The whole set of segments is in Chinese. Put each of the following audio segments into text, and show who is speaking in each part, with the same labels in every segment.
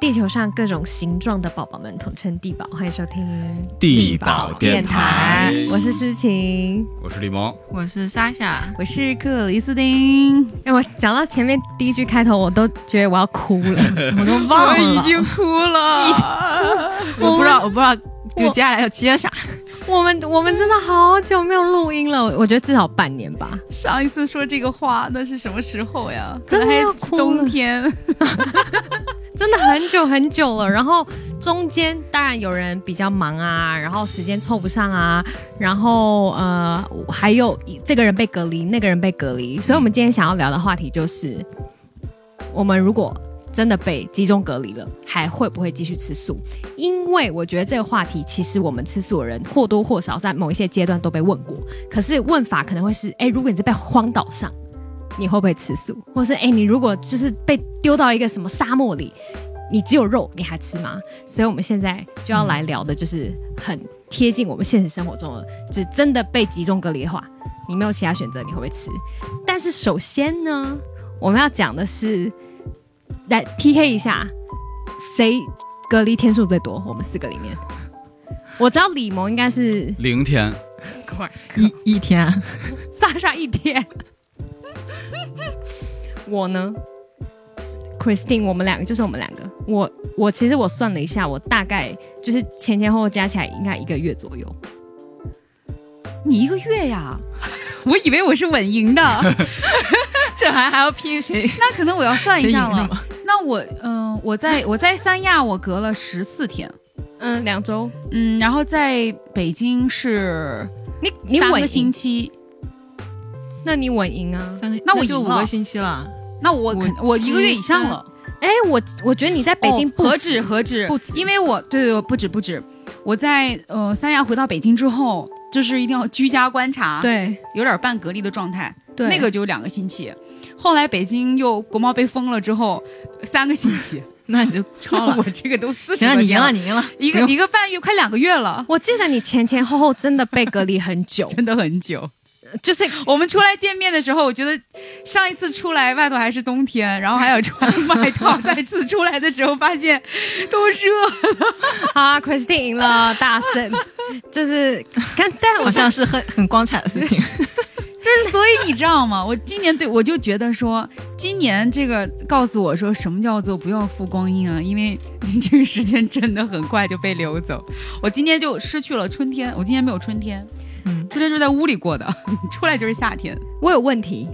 Speaker 1: 地球上各种形状的宝宝们统称地宝，欢迎收听
Speaker 2: 地宝电台
Speaker 1: 我是思晴，
Speaker 2: 我是李萌，
Speaker 3: 我是莎莎，
Speaker 4: 我是克里斯汀。
Speaker 1: 哎、我讲到前面第一句开头，我都觉得我要哭 了，
Speaker 3: 我都忘
Speaker 1: 已
Speaker 3: 了，
Speaker 1: 经哭了，
Speaker 3: 我不知道，我不知道，就
Speaker 1: 我
Speaker 3: 接下来要接啥？
Speaker 1: 我们我们真的好久没有录音了，我觉得至少半年吧。
Speaker 4: 上一次说这个话，那是什么时候呀？
Speaker 1: 真的
Speaker 4: 可能还
Speaker 1: 要哭了
Speaker 4: 冬天，
Speaker 1: 真的很久很久了。然后中间当然有人比较忙啊，然后时间凑不上啊，然后呃还有这个人被隔离，那个人被隔离，所以我们今天想要聊的话题就是，嗯我们如果真的被集中隔离了，还会不会继续吃素？因为我觉得这个话题，其实我们吃素的人或多或少在某一些阶段都被问过，可是问法可能会是：哎，如果你是被荒岛上，你会不会吃素？或是哎，你如果就是被丢到一个什么沙漠里，你只有肉，你还吃吗？所以我们现在就要来聊的就是很贴近我们现实生活中的，就是真的被集中隔离的话，你没有其他选择，你会不会吃？但是首先呢，我们要讲的是来 PK 一下，谁隔离天数最多？我们四个里面，我知道李萌应该是
Speaker 2: 零天，
Speaker 3: 一一天，
Speaker 1: 莎莎一天， 我呢，Christine，我们两个就是我们两个。我我其实我算了一下，我大概就是前前后后加起来应该一个月左右。
Speaker 4: 你一个月呀？我以为我是稳赢的，
Speaker 3: 这还还要拼谁？
Speaker 4: 那可能我要算一下
Speaker 3: 谁赢了
Speaker 4: 了。那我，嗯、我在我在三亚我隔了十四天，
Speaker 1: 嗯，两周。
Speaker 4: 嗯，然后在北京是
Speaker 1: 你你
Speaker 4: 三个
Speaker 1: 稳
Speaker 4: 星
Speaker 1: 赢，
Speaker 4: 期，
Speaker 1: 那你稳赢啊？
Speaker 3: 三个
Speaker 4: 那我
Speaker 3: 就
Speaker 4: 赢
Speaker 3: 五
Speaker 4: 了
Speaker 3: 个星期了，
Speaker 4: 那我肯
Speaker 3: 我
Speaker 4: 我一个月以上
Speaker 3: 七三
Speaker 4: 了。
Speaker 1: 哎，我我觉得你在北京
Speaker 4: 哦
Speaker 1: 不
Speaker 4: 何止何止
Speaker 1: 不止
Speaker 4: 因为我对对对不止不止，我在呃三亚回到北京之后，就是一定要居家观察，，
Speaker 1: 啊对
Speaker 4: 有点半隔离的状态，
Speaker 1: 对
Speaker 4: 那个就两个星期。后来北京又国贸被封了之后，三个星期，
Speaker 3: 那你就 超了
Speaker 4: 我。这个都四十，
Speaker 3: 行了，你赢了，，你赢了，
Speaker 4: 一个一个半月，快两个月了，
Speaker 1: 我记得你前前后后真的被隔离很 久，
Speaker 4: 真的很久。
Speaker 1: 就是
Speaker 4: 我们出来见面的时候，我觉得上一次出来外头还是冬天，然后还有穿外套，再次出来的时候发现都热了。
Speaker 1: 好啊，Christine 赢了，大胜。 就是，但但我
Speaker 3: 好像是很很光彩的事情。
Speaker 4: 就是，所以你知道吗？我今年对我就觉得说，今年这个告诉我说什么叫做不要负光阴啊，因为你这个时间真的很快就被流走。我今年就失去了春天，我今年没有春天，
Speaker 3: 嗯，
Speaker 4: 春天就在屋里过的， 出来就是夏天。
Speaker 1: 我有问题，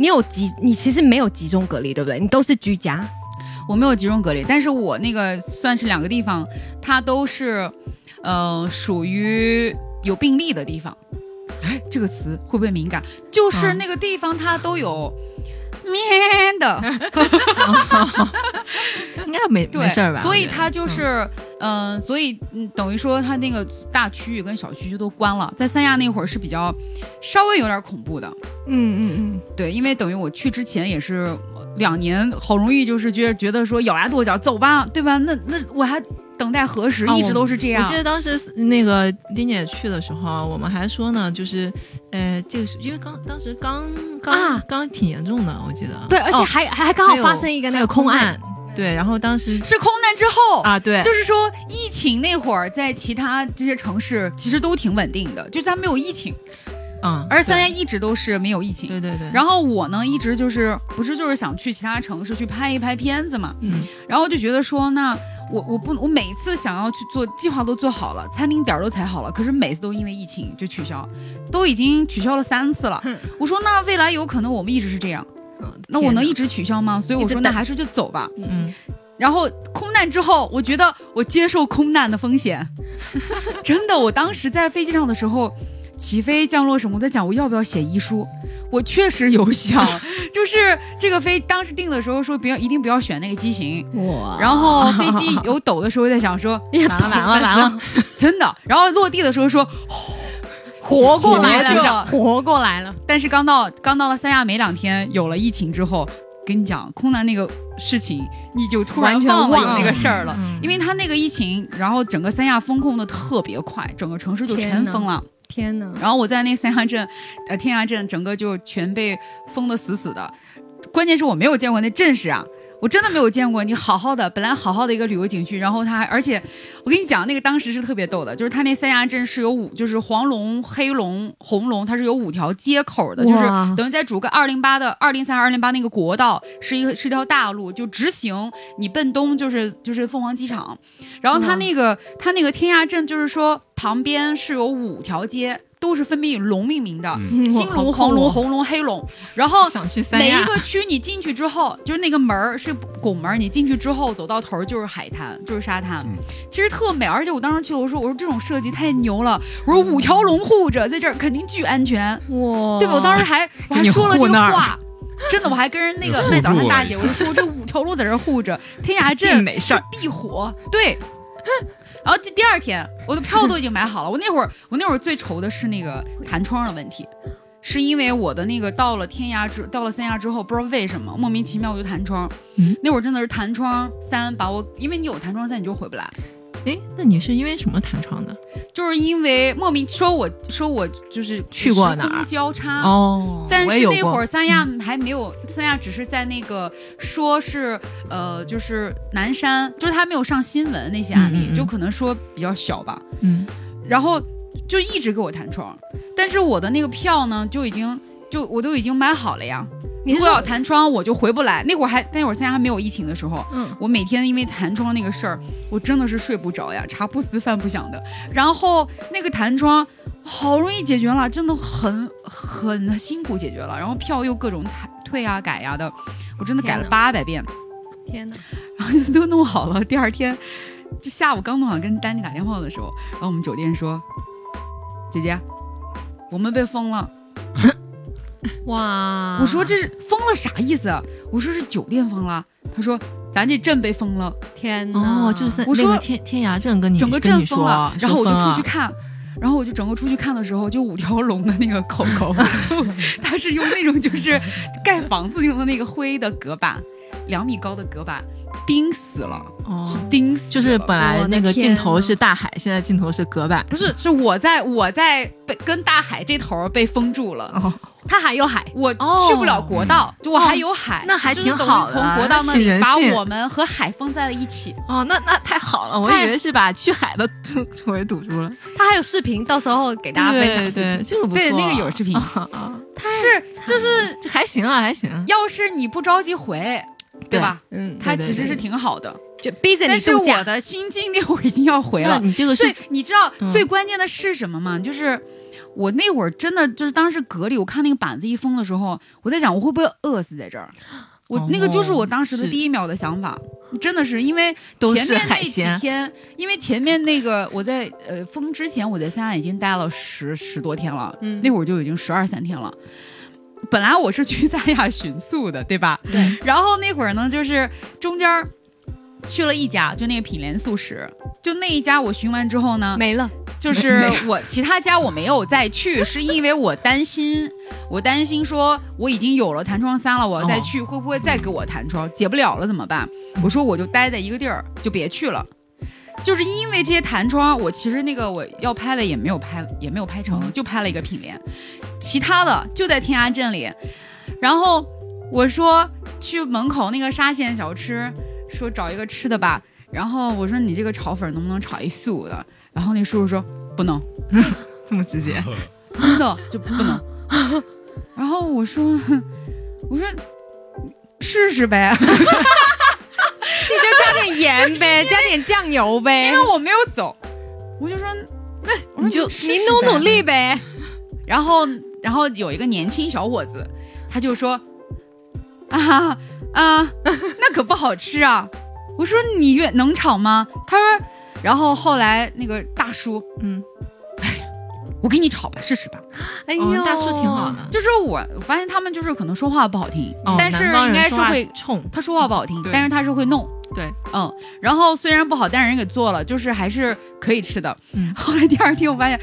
Speaker 1: 你有集，你其实没有集中隔离，对不对？你都是居家，
Speaker 4: 我没有集中隔离，但是我那个算是两个地方，它都是，呃，属于有病例的地方。哎，这个词会不会敏感？就是
Speaker 3: 嗯
Speaker 4: 那个地方它都有 咩的。
Speaker 3: 应该没
Speaker 4: 对，
Speaker 3: 没事儿吧？
Speaker 4: 所以
Speaker 3: 我觉得
Speaker 4: 它就是，嗯、所以嗯，等于说它那个大区域跟小区就都关了。在三亚那会儿是比较稍微有点恐怖的，
Speaker 1: 嗯嗯
Speaker 4: 对，因为等于我去之前也是呃两年，好容易就是觉觉得说咬牙跺脚走吧，对吧？那那我还等待何时？
Speaker 3: 啊
Speaker 4: 一直都是这样
Speaker 3: 我记。得当时那个丁姐去的时候，我们还说呢，就是，呃，这个是因为刚当时刚刚、
Speaker 1: 啊
Speaker 3: 刚挺严重的，我记得。
Speaker 1: 对，而且
Speaker 3: 哦
Speaker 1: 还、还还刚好发生一个那个空案，，
Speaker 3: 对，然后当时
Speaker 4: 是空难之后，
Speaker 3: 啊，对，
Speaker 4: 就是说疫情那会儿，在其他这些城市其实都挺稳定的，就是它没有疫情，
Speaker 3: 嗯，
Speaker 4: 而三亚
Speaker 3: 对
Speaker 4: 一直都是没有疫情。
Speaker 3: 对对对，
Speaker 4: 然后我呢，一直就是不是就是想去其他城市去拍一拍片子嘛，
Speaker 3: 嗯，
Speaker 4: 然后就觉得说，那我我不我每次想要去做计划都做好了，餐厅点儿都踩好了，可是每次都因为疫情就取消，都已经取消了三次了
Speaker 1: 哼。
Speaker 4: 我说那未来有可能我们一直是这样，
Speaker 1: 嗯
Speaker 4: 那我能一直取消吗？所以我
Speaker 1: 一直
Speaker 4: 说
Speaker 1: 等
Speaker 4: 那还是就走吧。
Speaker 3: 嗯，
Speaker 4: 然后空难之后，我觉得我接受空难的风险， 真的，我当时在飞机上的时候。起飞、降落什么，我在讲我要不要写遗书，我确实有想，就是这个飞当时定的时候说不要，一定不要选那个机型，
Speaker 1: 哇
Speaker 4: 然后飞机有抖的时候在想说，
Speaker 3: 完了完 了完了，
Speaker 4: 真的，然后落地的时候说
Speaker 1: 活过来
Speaker 4: 几年就
Speaker 1: 了， 活过来了，
Speaker 4: 但是刚到刚到了三亚没两天，有了疫情之后，跟你讲空难那个事情，你就突然
Speaker 1: 完全
Speaker 4: 忘了
Speaker 1: 忘
Speaker 4: 有那个事儿了，
Speaker 3: 嗯
Speaker 4: 因为他那个疫情，然后整个三亚封控的特别快，整个城市就
Speaker 1: 天
Speaker 4: 全
Speaker 1: 哪
Speaker 4: 封了。
Speaker 1: 天哪！
Speaker 4: 然后我在那三亚镇，呃，天涯镇整个就全被封得死死的。关键是我没有见过那阵势啊，我真的没有见过你好好的，本来好好的一个旅游景区，然后它还，而且我跟你讲，那个当时是特别逗的，就是它那三峡镇是有五，就是黄龙、黑龙、红龙，它是有五条接口的，就是
Speaker 1: 哇
Speaker 4: 等于在主个二零八的二零三二零八那个国道是一个是一条大路，就直行，你奔东就是就是凤凰机场，然后它
Speaker 1: 哇
Speaker 4: 那个它那个天涯镇就是说旁边是有五条街，都是分别以龙命名的，
Speaker 2: 嗯，
Speaker 1: 嗯
Speaker 4: 青龙、黄龙、，红龙、黑龙，然后
Speaker 3: 想去三
Speaker 4: 每
Speaker 3: 亚
Speaker 4: 一，个区你进去之后，就是那个门儿是拱门儿，你进去之后走到头儿就是海滩，就是沙滩，
Speaker 2: 嗯
Speaker 4: 其实特美。而且我当时去了，我说我说这种设计太牛了，我说五条龙护着，在这儿肯定巨安全，
Speaker 1: 哇，
Speaker 4: 对吧？我当时还我
Speaker 3: 哦
Speaker 4: 还
Speaker 3: 哎你
Speaker 4: 说了这
Speaker 3: 护
Speaker 4: 个
Speaker 3: 那儿
Speaker 4: 话。真的，我还跟人那个
Speaker 2: 你护
Speaker 4: 卖早餐
Speaker 2: 住
Speaker 4: 大
Speaker 2: 了
Speaker 4: 姐，我就说这五条龙在这儿护着，天涯
Speaker 3: 这
Speaker 2: 嗯
Speaker 4: 镇
Speaker 3: 没事儿，
Speaker 4: 必火，对。然后这第二天，我的票都已经买好了。我那会儿，我那会儿最愁的是那个弹窗的问题，是因为我的那个到了天涯之到了三亚之后，不知道为什么莫名其妙我就弹窗。
Speaker 3: 嗯
Speaker 4: 那会儿真的是弹窗三把我，因为你有弹窗三你就回不来，
Speaker 3: 哎，那你是因为什么弹窗的？
Speaker 4: 就是因为莫名说我说我就是
Speaker 3: 去过哪儿
Speaker 4: 时空交叉。
Speaker 3: 哦
Speaker 4: 啊但
Speaker 3: 我也
Speaker 4: 是
Speaker 3: 有
Speaker 4: 那
Speaker 3: 过嗯
Speaker 4: 会儿三亚还没有，三亚只是在那个说是呃，就是南山，就是他没有上新闻那些案例，
Speaker 3: 嗯嗯嗯
Speaker 4: 就可能说比较小吧。
Speaker 3: 嗯，
Speaker 4: 然后就一直给我弹窗，但是我的那个票呢，就已经就我都已经买好了呀。
Speaker 1: 你
Speaker 4: 如
Speaker 1: 是
Speaker 4: 果要弹窗，我就回不来。那会儿还那会儿三亚还没有疫情的时候，
Speaker 1: 嗯，
Speaker 4: 我每天因为弹窗那个事儿，我真的是睡不着呀，茶不思饭不想的。然后那个弹窗好容易解决了，真的很很辛苦解决了。然后票又各种抬退啊改呀、的，我真的改了
Speaker 1: 天
Speaker 4: 八百遍，
Speaker 1: 天哪，
Speaker 4: 然后都弄好了。第二天就下午刚弄好，跟丹妮打电话的时候，然后我们酒店说：“姐姐，我们被封了。”
Speaker 1: 哇，
Speaker 3: 啊
Speaker 4: 我说这是封了啥意思？啊？我说是酒店封了。他说咱这镇被封了，
Speaker 1: 天哪，
Speaker 3: 哦，就是三
Speaker 4: 啊我
Speaker 3: 那
Speaker 4: 说
Speaker 3: 个天天涯镇跟你
Speaker 4: 整个
Speaker 3: 跟
Speaker 4: 镇
Speaker 3: 你
Speaker 4: 封
Speaker 3: 说
Speaker 4: 了。然后我就出去
Speaker 3: 看，
Speaker 4: 看，然后我就整个出去看的时候，就五条龙的那个口 口，就它是用那种就是盖房子用的那个灰的隔板，两米高的隔板钉死了，是
Speaker 3: 哦，
Speaker 4: 钉死了。
Speaker 3: 就是本来
Speaker 1: 我的
Speaker 3: 那个
Speaker 1: 天
Speaker 3: 镜头
Speaker 1: 呐
Speaker 3: 是大海，现在镜头是隔板，
Speaker 4: 不是是我在我在被跟大海这头儿被封住了。
Speaker 3: 哦，
Speaker 1: 他还有海，
Speaker 4: 我
Speaker 3: 哦
Speaker 4: 去不了国道，就我还有海，
Speaker 3: 那还
Speaker 4: 就是
Speaker 3: 挺
Speaker 4: 等于
Speaker 3: 好的啊
Speaker 4: 从国道那
Speaker 3: 挺
Speaker 4: 里
Speaker 3: 人
Speaker 4: 把
Speaker 3: 性
Speaker 4: 我们和海封在了一起，
Speaker 3: 哦，那那太好了，我
Speaker 1: 太
Speaker 3: 以为是把去海的 堵腿堵住了。
Speaker 1: 他还有视频，到时候给大家分享
Speaker 3: 对
Speaker 1: 视频。
Speaker 3: 对，这个不错，
Speaker 4: 对那个有视频
Speaker 3: 啊啊
Speaker 4: 是就是
Speaker 3: 这还行啊，还行。
Speaker 4: 要是你不着急回，对吧？
Speaker 1: 嗯，
Speaker 4: 它
Speaker 3: 对
Speaker 4: 其
Speaker 3: 对
Speaker 4: 实是
Speaker 3: 对
Speaker 4: 挺好的，
Speaker 1: 就逼着你
Speaker 4: 但是
Speaker 1: 度
Speaker 4: 我
Speaker 1: 假，
Speaker 4: 的心境那会儿已经要回
Speaker 3: 那
Speaker 4: 了。
Speaker 3: 你这个是
Speaker 4: 对，你知道
Speaker 3: 嗯
Speaker 4: 最关键的是什么吗？就是我那会儿真的就是当时隔离，我看那个板子一封的时候，我在想我会不会饿死在这儿。我、那个就是我当时的
Speaker 3: 哦是
Speaker 4: 第一秒的想法，真的是因为
Speaker 3: 都
Speaker 4: 前
Speaker 3: 是
Speaker 4: 面那
Speaker 3: 海
Speaker 4: 几
Speaker 3: 鲜，
Speaker 4: 天，因为前面那个我在呃封之前，我在三亚已经待了十十多天了，
Speaker 1: 嗯
Speaker 4: 那会儿就已经十二三天了。本来我是去三 亚寻宿的，对吧？
Speaker 1: 对。
Speaker 4: 然后那会儿呢，就是中间儿去了一家，就那个品联素食，就那一家我寻完之后呢，
Speaker 1: 没了，
Speaker 4: 就是我其他家我没有再 去，是因为我担心，我担心说我已经有了弹窗三了，我
Speaker 1: 哦
Speaker 4: 再去会不会再给我弹窗解不了了怎么办？
Speaker 1: 嗯
Speaker 4: 我说我就待在一个地儿，就别去了。就是因为这些弹窗，我其实那个我要拍的也没有拍，也没有拍
Speaker 1: 嗯
Speaker 4: 成，就拍了一个品联，其他的就在天涯镇里。然后我说去门口那个沙县小吃，说找一个吃的吧。然后我说你这个炒粉能不能炒一素的？然后那叔叔说不能，
Speaker 3: 这么直接，
Speaker 4: 真的就不能。然后我说， 我说试试呗，
Speaker 1: 你就加点盐呗，加点酱油
Speaker 4: 因
Speaker 3: 哎
Speaker 1: 呗，
Speaker 4: 为我没有走，我就说那我说
Speaker 3: 你就
Speaker 4: 试
Speaker 1: 你
Speaker 4: 试
Speaker 1: 努
Speaker 4: 呗
Speaker 1: 努。力呗。
Speaker 4: 然后然后有一个年轻小伙子，他就说啊啊， 那可不好吃啊。我说你越能炒吗？他说，然后后来那个大叔，哎
Speaker 3: 嗯，
Speaker 4: 我给你炒吧，试试吧。
Speaker 1: 哎
Speaker 3: 哦
Speaker 1: 呦，
Speaker 3: 大叔挺好的。
Speaker 4: 就是我我发现他们就是可能说话不好听，
Speaker 3: 哦
Speaker 4: 但是
Speaker 3: 南方
Speaker 4: 应
Speaker 3: 人
Speaker 4: 该是
Speaker 3: 说话
Speaker 4: 会
Speaker 3: 冲，
Speaker 4: 他说话不好听，
Speaker 3: 对
Speaker 4: 但是他是会弄。
Speaker 3: 对，
Speaker 4: 嗯，然后虽然不好，但是人给做了，就是还是可以吃的。
Speaker 3: 嗯
Speaker 4: 后来第二天我发现，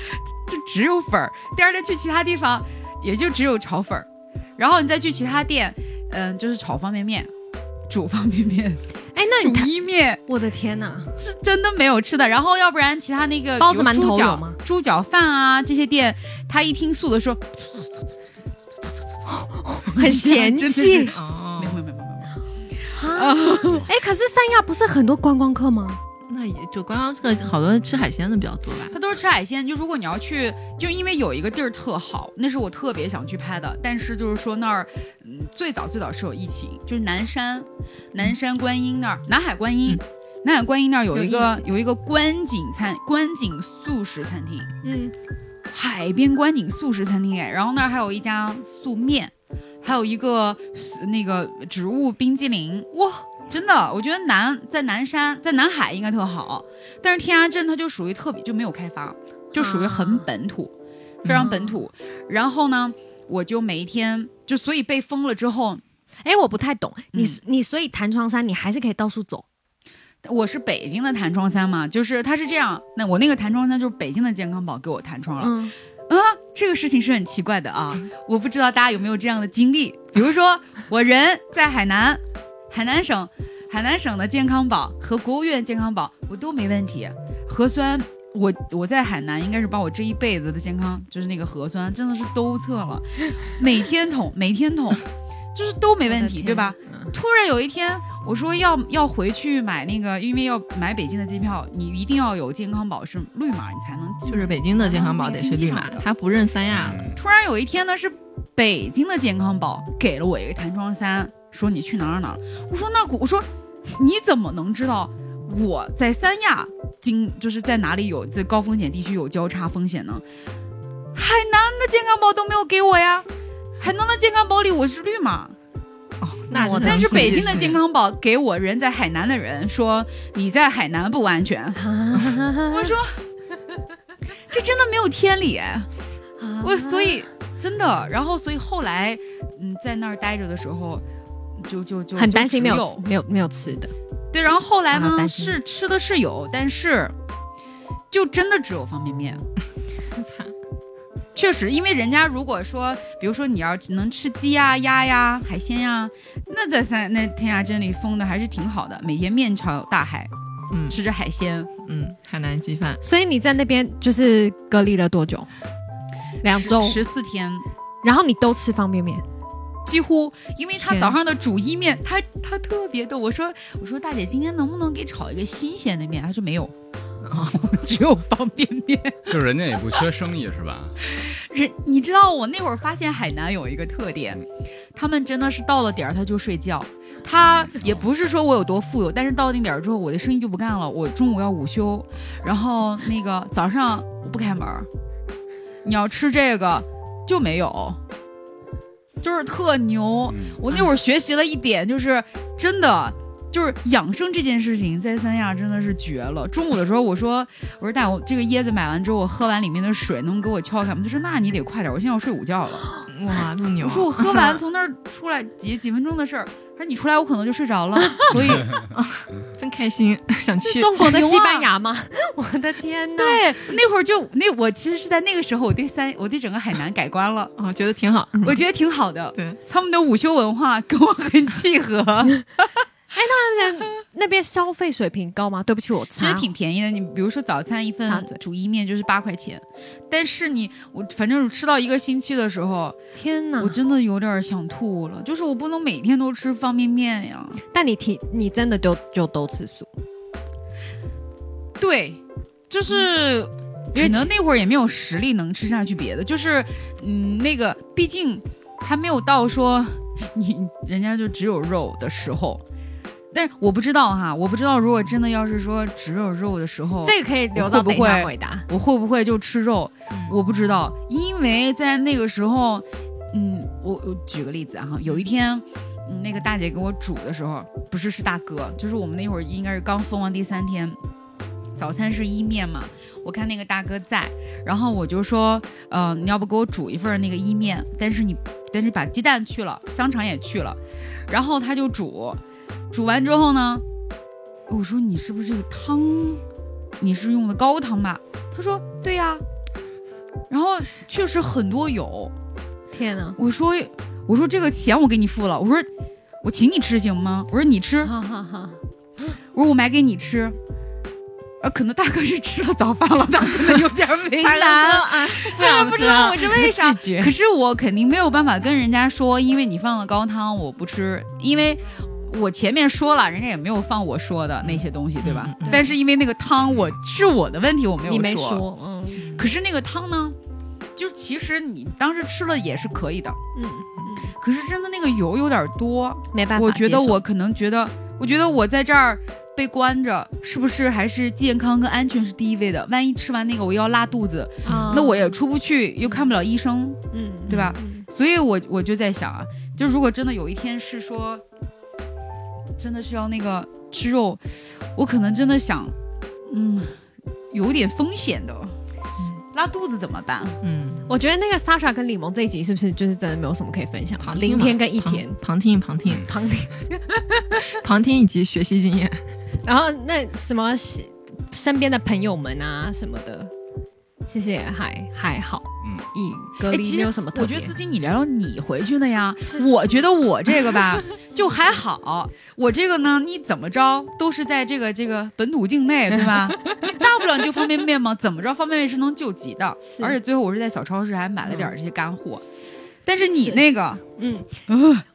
Speaker 4: 就只有粉儿。第二天去其他地方，也就只有炒粉儿。然后你再去其他店，嗯、就是炒方便面、煮方便面、
Speaker 1: 哎，那
Speaker 4: 煮
Speaker 1: 你他，
Speaker 4: 意面，
Speaker 1: 我的天哪，
Speaker 4: 是真的没有吃的。然后要不然其他那个
Speaker 1: 包子
Speaker 4: 比如
Speaker 1: 馒头
Speaker 4: 猪脚
Speaker 1: 有吗
Speaker 4: 猪脚饭啊这些店，他一听素的说
Speaker 1: 很嫌
Speaker 4: 真的
Speaker 1: 弃
Speaker 4: 是
Speaker 3: 哦
Speaker 4: 哦没有没有没有没有没
Speaker 1: 啊
Speaker 4: 有。
Speaker 1: 哎，可是三亚不是很多观光客吗？
Speaker 3: 那也就刚刚这个好多吃海鲜的比较多吧。
Speaker 4: 它都是吃海鲜。就如果你要去，就因为有一个地儿特好，那是我特别想去拍的。但是就是说那儿，嗯，最早最早是有疫情，就是南山，南山观音那儿，南海观音，南海观音那儿有一个有一个观景餐观景素食餐厅，
Speaker 1: 嗯，
Speaker 4: 海边观景素食餐厅哎，然后那儿还有一家素面，还有一个呃那个植物冰激凌，哇！真的，我觉得南在南山在南海应该特好，但是天涯镇它就属于特别就没有开发，就属于很本土，非常本土。然后呢，我就每一天就所以被封了之后，
Speaker 1: 哎，我不太懂，你
Speaker 4: 嗯
Speaker 1: 你所以弹窗山你还是可以到处走，
Speaker 4: 我是北京的弹窗三嘛，就是它是这样，那我那个弹窗三就是北京的健康宝给我弹窗了，
Speaker 1: 嗯，
Speaker 4: 这个事情是很奇怪的啊，我不知道大家有没有这样的经历。比如说，我人在海南，海南省，海南省的健康宝和国务院健康宝我都没问题，核酸。我我在海南应该是把我这一辈子的健康，就是那个核酸，真的是都测了，每天捅，每天捅，就是都没问题，对吧？？突然有一天，我说要要回去买那个，因为要买北京的机票，你一定要有健康宝是绿码，你才能进
Speaker 3: 就是北京的健康宝得是绿码，它不认三亚
Speaker 2: 嗯
Speaker 3: 的。
Speaker 4: 突然有一天呢，是北京的健康宝给了我一个弹窗三，说你去哪儿哪儿哪儿。我说那我说你怎么能知道我在三亚经就是在哪里有在高风险地区有交叉风险呢？海南的健康宝都没有给我呀，海南的健康宝里我是绿码，
Speaker 3: 哦，那
Speaker 1: 我
Speaker 3: 真的
Speaker 4: 但是
Speaker 3: 不一
Speaker 4: 北京
Speaker 3: 致
Speaker 4: 的健康宝给我人在海南的人说你在海南不安全，
Speaker 3: 啊
Speaker 4: 我说这真的没有天理哎。
Speaker 1: 啊
Speaker 4: 我所以真的，然后所以后来，嗯，在那儿待着的时候，就就就
Speaker 1: 很
Speaker 4: 就
Speaker 1: 担心没
Speaker 4: 只有
Speaker 1: 有没有没有吃的，
Speaker 4: 对，然后后来
Speaker 1: 啊
Speaker 4: 呢
Speaker 1: 担心
Speaker 4: 是吃的是有，但是就真的只有方 便面。
Speaker 3: 惨
Speaker 4: 确实，因为人家如果说，比如说你要能吃鸡呀、鸭呀、海鲜呀，那在三那天涯镇里封的还是挺好的，每天面朝大海，
Speaker 3: 嗯
Speaker 4: 吃着海鲜，
Speaker 3: 嗯，海南鸡饭
Speaker 1: 所以你在那边就是隔离了多久？两周，
Speaker 4: 十四天，
Speaker 1: 然后你都吃方便面，
Speaker 4: 几乎，因为他
Speaker 1: 天
Speaker 4: 早上的煮意面，他他特别逗。我说我说大姐，今天能不能给炒一个新鲜的面？她说没有， 只有方便面。
Speaker 2: 就人家也不缺生意是吧？
Speaker 4: 人，你知道我那会儿发现海南有一个特点，他们真的是到了点儿他就睡觉。他也不是说我有多富有，但是到那点儿之后，我的生意就不干了。我中午要午休，然后那个早上我不开门儿。你要吃这个就没有，就是特牛。
Speaker 2: 嗯
Speaker 4: 我那会儿学习了一点，就是真的。就是养生这件事情，在三亚真的是绝了。中午的时候，我说我说大爷，我这个椰子买完之后，我喝完里面的水，能给我敲开吗？他说那你得快点，我现在要睡午觉了。
Speaker 3: 哇，那么牛
Speaker 4: 我
Speaker 3: 啊！
Speaker 4: 说我喝完从那儿出来几几分钟的事儿，他说你出来我可能就睡着了，所以
Speaker 3: 真开心，想去
Speaker 1: 中国的
Speaker 4: 啊
Speaker 1: 西班牙 吗？啊我的天呐！
Speaker 4: 对那会儿就那我其实是在那个时候，我对三我对整个海南改观了，
Speaker 3: 哦，觉得挺好。
Speaker 4: 我觉得挺好的。
Speaker 3: 对，
Speaker 4: 他们的午休文化跟我很契合，
Speaker 1: 那边那边消费水平高吗？对不起，我
Speaker 4: 其
Speaker 1: 其
Speaker 4: 实挺便宜的。你比如说早餐一
Speaker 1: 插
Speaker 4: 份
Speaker 1: 嘴
Speaker 4: 煮意面就是八块钱，但是你我反正吃到一个星期的时候，
Speaker 1: 天呐
Speaker 4: 我！真的有点想吐了。就是我不能每天都吃方便面呀。
Speaker 1: 但你提你真的就就都吃素，
Speaker 4: 对，就是。可能那会儿也没有实力能吃下去别的，就是，嗯，那个毕竟还没有到说你人家就只有肉的时候，但是我不知道哈，我不知道如果真的要是说只有肉的时候，
Speaker 1: 这个可以留到
Speaker 4: 会不
Speaker 1: 等一
Speaker 4: 会
Speaker 1: 下回答。
Speaker 4: 我会不会就吃肉？
Speaker 3: 嗯
Speaker 4: 我不知道，因为在那个时候，嗯，我我举个例子啊哈，有一天，嗯，那个大姐给我煮的时候，不是是大哥，就是我们那会儿应该是刚封完第三天，早餐是意面嘛，我看那个大哥在，然后我就说，呃，你要不给我煮一份那个意面，但是你但是把鸡蛋去了，香肠也去了，然后他就煮，煮完之后呢，我说你是不是这个汤，你是用的高汤吧？他说对呀、然后确实很多有。
Speaker 1: 天啊呐！
Speaker 4: 我说我说这个钱我给你付了，我说我请你吃行吗？我说你吃，
Speaker 1: 哈哈哈！
Speaker 4: 我说我买给你吃。呃，可能大哥是吃了早饭了，他可能有点为
Speaker 3: 他就说
Speaker 4: 难，
Speaker 3: 哎，不
Speaker 4: 他
Speaker 3: 想
Speaker 4: 不
Speaker 3: 吃
Speaker 4: 知道
Speaker 3: 了
Speaker 4: 我。是为啥
Speaker 1: 拒。绝
Speaker 4: 可是我肯定没有办法跟人家说，因为你放了高汤我不吃，因为我前面说了，人家也没有放我说的那些东西，对吧？
Speaker 3: 嗯嗯
Speaker 4: 但是因为那个汤我是我的问题，我没有啊
Speaker 1: 你没说，嗯
Speaker 4: 可是那个汤呢，就其实你当时吃了也是可以的，
Speaker 1: 嗯，
Speaker 4: 可是真的那个油有点多，
Speaker 1: 没办法接受，
Speaker 4: 我觉得我可能觉得，我觉得我在这儿被关着，是不是还是健康跟安全是第一位的？万一吃完那个我又要拉肚子，
Speaker 1: 啊，
Speaker 4: 那我也出不去，又看不了医生，
Speaker 1: 嗯，
Speaker 4: 对吧？
Speaker 1: 嗯
Speaker 4: 所以我我就在想啊，就如果真的有一天是说，真的是要那个吃肉，我可能真的想，嗯，有点风险的，拉肚子怎么办？
Speaker 3: 嗯，
Speaker 1: 我觉得那个 Sasha 跟李萌这一集是不是就是真的没有什么可以分享的？
Speaker 3: 旁听
Speaker 1: 零
Speaker 3: 嘛
Speaker 1: 天跟一天，
Speaker 3: 旁旁听 旁听
Speaker 1: 旁听。
Speaker 3: 旁听以及学习经验。
Speaker 1: 然后那什么是身边的朋友们啊什么的，其实也还还好。嗯
Speaker 2: 嗯，
Speaker 1: 以隔
Speaker 4: 哎
Speaker 1: 离
Speaker 4: 其实
Speaker 1: 没有什么特
Speaker 4: 我
Speaker 1: 别。
Speaker 4: 觉得司机，你聊聊你回去的呀
Speaker 1: 是。
Speaker 4: 我觉得我这 个吧，就还好。我这个呢，你怎么着都是在这个这个本土境内，对吧？你大不了你就方便面嘛，怎么着方便面是能救急的。
Speaker 1: 是
Speaker 4: 而且最后我是在小超市还买了点儿这些干货。但是你那个，
Speaker 1: 嗯，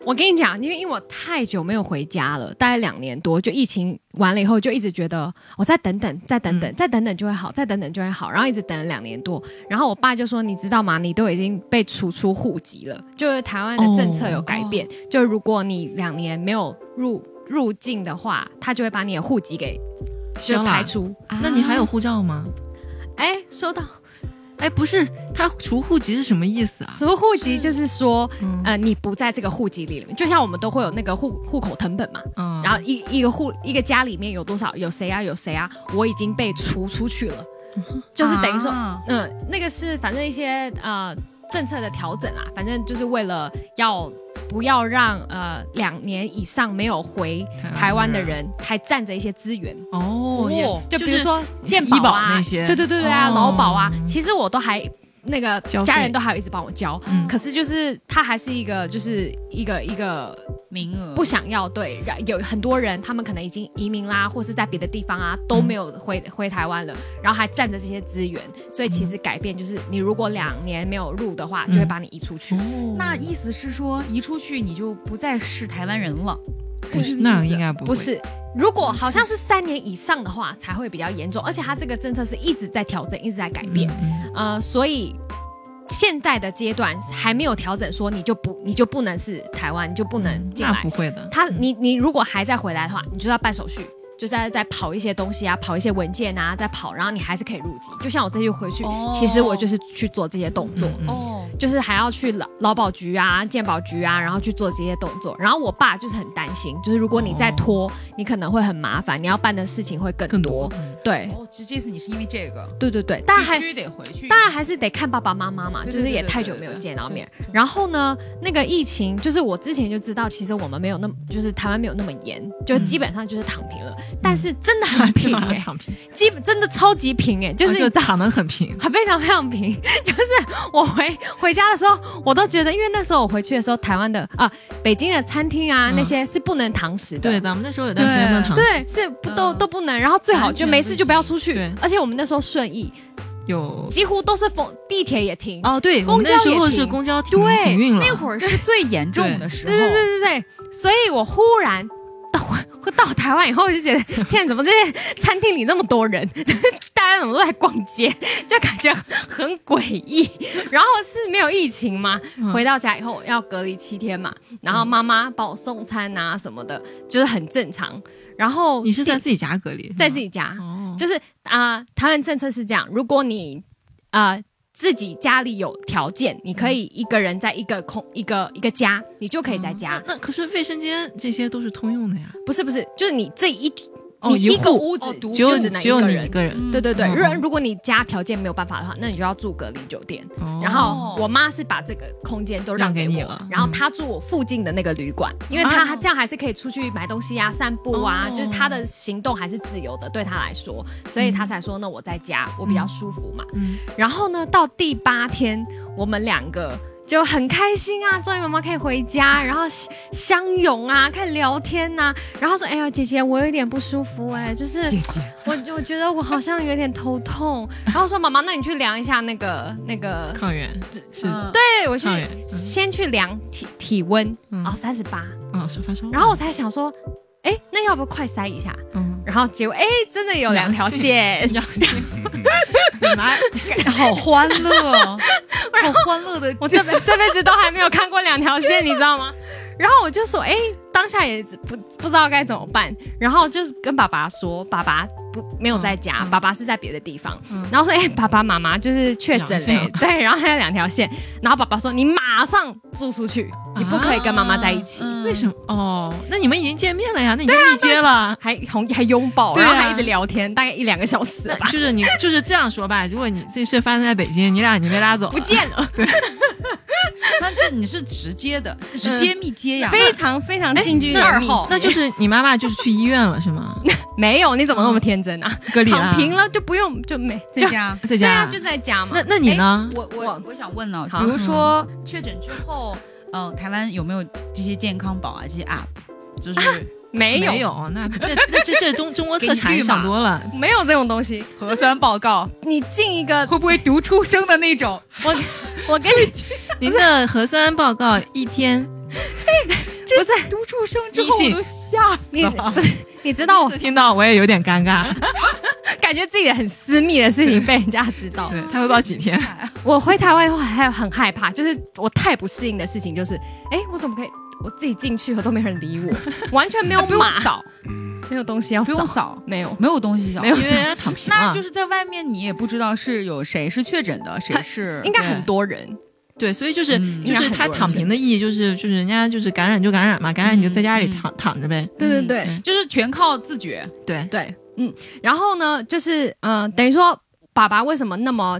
Speaker 1: 我跟你讲，因为因为我太久没有回家了，大概两年多，就疫情完了以后，就一直觉得我再等等，再等
Speaker 3: 嗯
Speaker 1: 等，再等等就会好，再等等就会好，然后一直等了两年多。然后我爸就说：“你知道吗？你都已经被除出户籍了，就是台湾的政策有改
Speaker 3: 哦
Speaker 1: 变，就如果你两年没有入入境的话，他就会把你的户籍给就
Speaker 3: 行了
Speaker 1: 排除。”啊
Speaker 3: 那你还有护照吗？
Speaker 1: 哎，说到
Speaker 3: 哎，不是，他除户籍是什么意思啊？
Speaker 1: 除户籍，就是说，
Speaker 3: 嗯
Speaker 1: 呃，你不在这个户籍里面，就像我们都会有那个户户口成本嘛。
Speaker 3: 嗯，
Speaker 1: 然后一一个户一个家里面有多少有谁啊有谁啊，我已经被除出去了，
Speaker 3: 嗯
Speaker 1: 就是等于说，
Speaker 4: 啊
Speaker 1: 嗯、那个是反正一些呃政策的调整啦，反正就是为了要不要让呃两年以上没有回台湾的人还占着一些资源。
Speaker 3: 嗯哦，也
Speaker 4: 哦
Speaker 1: 就比如
Speaker 3: 是
Speaker 1: 说健
Speaker 3: 医
Speaker 1: 保
Speaker 3: 保
Speaker 1: 啊，
Speaker 3: 那些
Speaker 1: 对对对对啊，
Speaker 3: 哦
Speaker 1: 劳保啊，其实我都还那个
Speaker 3: 交费
Speaker 1: 家人都还有一直帮我交，
Speaker 3: 嗯
Speaker 1: 可是就是它还是一个就是一个一个
Speaker 4: 名额
Speaker 1: 不想要对，然有很多人他们可能已经移民啦，或是在别的地方啊都没有回、回台湾了，然后还占着这些资源，所以其实改变就是你如果两年没有入的话，就会把你移出去。
Speaker 3: 哦
Speaker 4: 那意思是说，移出去你就不再是台湾人了。
Speaker 3: 不是那应该不会
Speaker 1: 不是，如果好像是三年以上的话才会比较严重，而且它这个政策是一直在调整，一直在改变，
Speaker 3: 嗯
Speaker 1: 呃，所以。现在的阶段还没有调整，说你就不你就不能是台湾，你就不能进
Speaker 3: 嗯那
Speaker 1: 来
Speaker 3: 不。会的。
Speaker 1: 他你你如果还在回来的话，你就要办手续，就在在跑一些东西啊，跑一些文件啊，再跑，然后你还是可以入籍。就像我这次回去，
Speaker 4: 哦
Speaker 1: 其实我就是去做这些动作。
Speaker 3: 嗯嗯
Speaker 4: 哦，
Speaker 1: 就是还要去劳劳保局啊、健保局啊，然后去做这些动作。然后我爸就是很担心，就是如果你再拖，你可能会很麻烦，你要办的事情会更
Speaker 3: 哦更多，
Speaker 1: 对
Speaker 4: 哦，这这次你是因为这个，
Speaker 1: 对对对，但还
Speaker 4: 必须得回去。
Speaker 1: 当然还是得看爸爸妈妈嘛，
Speaker 4: 对
Speaker 1: 就是也太久没有见到面。然后呢，那个疫情就是我之前就知道，其实我们没有那么，就是台湾没有那么严，就基本上就是躺平了。但是真的很
Speaker 3: 基
Speaker 1: 平
Speaker 3: 本上
Speaker 1: 哎、
Speaker 3: 躺平，
Speaker 1: 基本真的超级平哎、就是
Speaker 3: 啊
Speaker 1: 你
Speaker 3: 哦就
Speaker 1: 知道。
Speaker 3: 躺得很平。
Speaker 1: 还非常非常平， 就是我回回家的时候，我都觉得，因为那时候我回去的时候，台湾的啊、北京的餐厅啊、
Speaker 3: 嗯
Speaker 1: 那些是不能堂食的，
Speaker 3: 对，咱们那时候有段时间不能躺，
Speaker 1: 对是不都、
Speaker 3: 嗯
Speaker 1: 都不能，然后最好
Speaker 3: 完
Speaker 1: 就
Speaker 3: 全
Speaker 1: 没事就不要出去
Speaker 3: 对，
Speaker 1: 而且我们那时候顺义
Speaker 3: 有
Speaker 1: 几乎都是封，地铁也停，
Speaker 3: 哦，对，
Speaker 1: 公
Speaker 3: 我们
Speaker 1: 交
Speaker 3: 那时
Speaker 1: 也
Speaker 3: 候是
Speaker 1: 停
Speaker 3: 公交停
Speaker 4: 对，
Speaker 3: 停运了，
Speaker 4: 那会儿是最严重的时候。
Speaker 1: 对对对对对，所以我忽然到到台湾以后，我就觉得天，怎么这些餐厅里那么多人， 大家怎么都在逛街，就感觉很诡异。然后是没有疫情嘛，
Speaker 3: 嗯
Speaker 1: 回到家以后要隔离七天嘛，然后妈妈帮我送餐啊什么的，就是很正常。然后
Speaker 3: 你是在嗯
Speaker 1: 第
Speaker 3: 自己家隔离，
Speaker 1: 在
Speaker 3: 是
Speaker 1: 自
Speaker 3: 吗
Speaker 1: 己家，
Speaker 3: 哦，
Speaker 1: 就是啊、台湾政策是这样，如果你啊自己家里有条件，你可以一个人在一个空一个一个家，你就可以在家。
Speaker 3: 哦那可是卫生间这些都是通用的呀。
Speaker 1: 不是不是，就是你这一、
Speaker 3: 哦，
Speaker 1: 你一
Speaker 3: 一
Speaker 1: 个
Speaker 3: 户
Speaker 1: 屋子、
Speaker 4: 哦独
Speaker 3: 只有
Speaker 1: 就只
Speaker 3: 你
Speaker 1: 能
Speaker 3: 只有
Speaker 1: 个
Speaker 3: 你
Speaker 1: 人。
Speaker 3: 一个人，
Speaker 4: 嗯
Speaker 1: 对对对，
Speaker 3: 嗯
Speaker 1: 如、如果你家条件没有办法的话，那你就要住隔离酒店。
Speaker 3: 哦
Speaker 1: 然后我妈是把这个空间都让给
Speaker 3: 让给你
Speaker 1: 我，
Speaker 3: 了啊
Speaker 1: 然后她住我附近的那个旅馆，因为她这样还是可以出去买东西啊、散步啊，
Speaker 3: 哦
Speaker 1: 就是她的行动还是自由的，对她来说，所以她才说那我在家我比较舒服嘛。
Speaker 3: 嗯
Speaker 1: 然后呢，到第八天，我们两个就很开心啊，终于妈妈可以回家，然后相相拥啊，开始聊天呐、然后说：“哎呀，姐姐，我有点不舒服、哎，就是
Speaker 4: 姐姐，
Speaker 1: 我我觉得我好像有点头痛。”然后说：“妈妈，那你去量一下那个那个，
Speaker 3: 抗原是
Speaker 4: 嗯
Speaker 1: 对我去
Speaker 3: 抗原，嗯
Speaker 1: 先去量体体温，
Speaker 3: 嗯
Speaker 1: 哦，三十八，
Speaker 3: 啊是发烧，
Speaker 1: 然后我才想说，哎，那要不要快筛一下？
Speaker 3: 嗯
Speaker 1: 然后结果哎，真的有两条
Speaker 3: 阳性
Speaker 1: 线，
Speaker 3: 阳性，你 来
Speaker 4: 好欢乐，好欢乐的，
Speaker 1: 我这辈这辈子都还没有看过两条线，你知道吗？然后我就说，哎、当下也不不知道该怎么办，然后就是跟爸爸说，爸爸不没有在家，
Speaker 3: 嗯嗯
Speaker 1: 爸爸是在别的地方，
Speaker 3: 嗯
Speaker 1: 然后说，哎、爸爸妈妈就是确诊
Speaker 3: 两线
Speaker 1: 嘞，对，然后还有两条线，然后爸爸说，你马上住出去，你不可以跟妈妈在一起，
Speaker 3: 为什
Speaker 4: 么？
Speaker 3: 么？哦，那你们已经见面了呀，那你就密接了。
Speaker 1: 还还还拥抱，
Speaker 3: 对啊
Speaker 1: 然后还一直聊天，大概一两个小时
Speaker 3: 那
Speaker 1: 吧，
Speaker 3: 就是你就是这样说吧，如果你这事发生在北京，你俩已经被拉 走
Speaker 1: 不
Speaker 3: 了，
Speaker 1: 见了，
Speaker 4: 那这你是直接的，直接密接呀？
Speaker 1: 非常非常近距离
Speaker 4: 那
Speaker 1: 的
Speaker 4: 二
Speaker 1: 密集
Speaker 3: 哎
Speaker 4: 号
Speaker 3: 那就是你妈妈就是去医院了是吗？
Speaker 1: 没有，你怎么
Speaker 3: 嗯
Speaker 1: 那么天真啊？
Speaker 3: 隔离
Speaker 1: 躺平
Speaker 3: 了，
Speaker 1: 了就不用就没就
Speaker 4: 在家。
Speaker 3: 在
Speaker 1: 对
Speaker 3: 家
Speaker 1: 啊，就在家嘛。
Speaker 3: 那那你呢？
Speaker 4: 我我
Speaker 1: 我
Speaker 4: 我想问呢，
Speaker 1: 好
Speaker 4: 比如说确诊之后，嗯，台湾有没有这些健康宝啊，这些 app？就是
Speaker 1: 没有，
Speaker 3: 没有，那这那这这中中国特产
Speaker 4: 给
Speaker 3: 你
Speaker 4: 你绿码
Speaker 3: 想多了。
Speaker 1: 没有这种东西。
Speaker 4: 核酸报告
Speaker 1: 你进一个，
Speaker 4: 会不会读出声的那种？
Speaker 1: 我我跟你
Speaker 3: 您的核酸报告一天
Speaker 1: 不是
Speaker 4: 读出声之后
Speaker 3: 迷
Speaker 4: 我
Speaker 3: 信
Speaker 4: 都吓死
Speaker 1: 你
Speaker 4: 了。
Speaker 1: 不是你知道，我
Speaker 3: 听到我也有点尴尬。
Speaker 1: 感觉自己很私密的事情被人家知道。
Speaker 3: 对，他会报几天？
Speaker 1: 我回台湾以后还很害怕，就是我太不适应的事情就是，哎，我怎么可以我自己进去以后都没人理我，完全没有
Speaker 4: 不用
Speaker 1: 码，
Speaker 4: 扫，
Speaker 2: 嗯，
Speaker 1: 没有东西要
Speaker 4: 不用
Speaker 1: 扫，
Speaker 4: 扫，
Speaker 1: 没有。
Speaker 4: 没有东西扫，
Speaker 1: 没有
Speaker 3: 因 为人家躺平
Speaker 4: 那
Speaker 3: 了，
Speaker 4: 就是在外面，你也不知道是有谁是确诊的，谁是
Speaker 1: 应该
Speaker 3: 对
Speaker 1: 很多人，
Speaker 3: 对，所以就是、
Speaker 4: 嗯
Speaker 3: 就
Speaker 1: 应该
Speaker 3: 是
Speaker 1: 很
Speaker 3: 他
Speaker 1: 多人
Speaker 3: 躺平的意义就是就是人家就是感染就感染嘛，感染你就在家里
Speaker 4: 嗯嗯
Speaker 3: 躺、躺着呗。
Speaker 1: 对对对
Speaker 3: 嗯
Speaker 4: 就是全靠自觉。
Speaker 3: 对，
Speaker 1: 对，嗯。然后呢，就是嗯、呃等于说爸爸为什么那么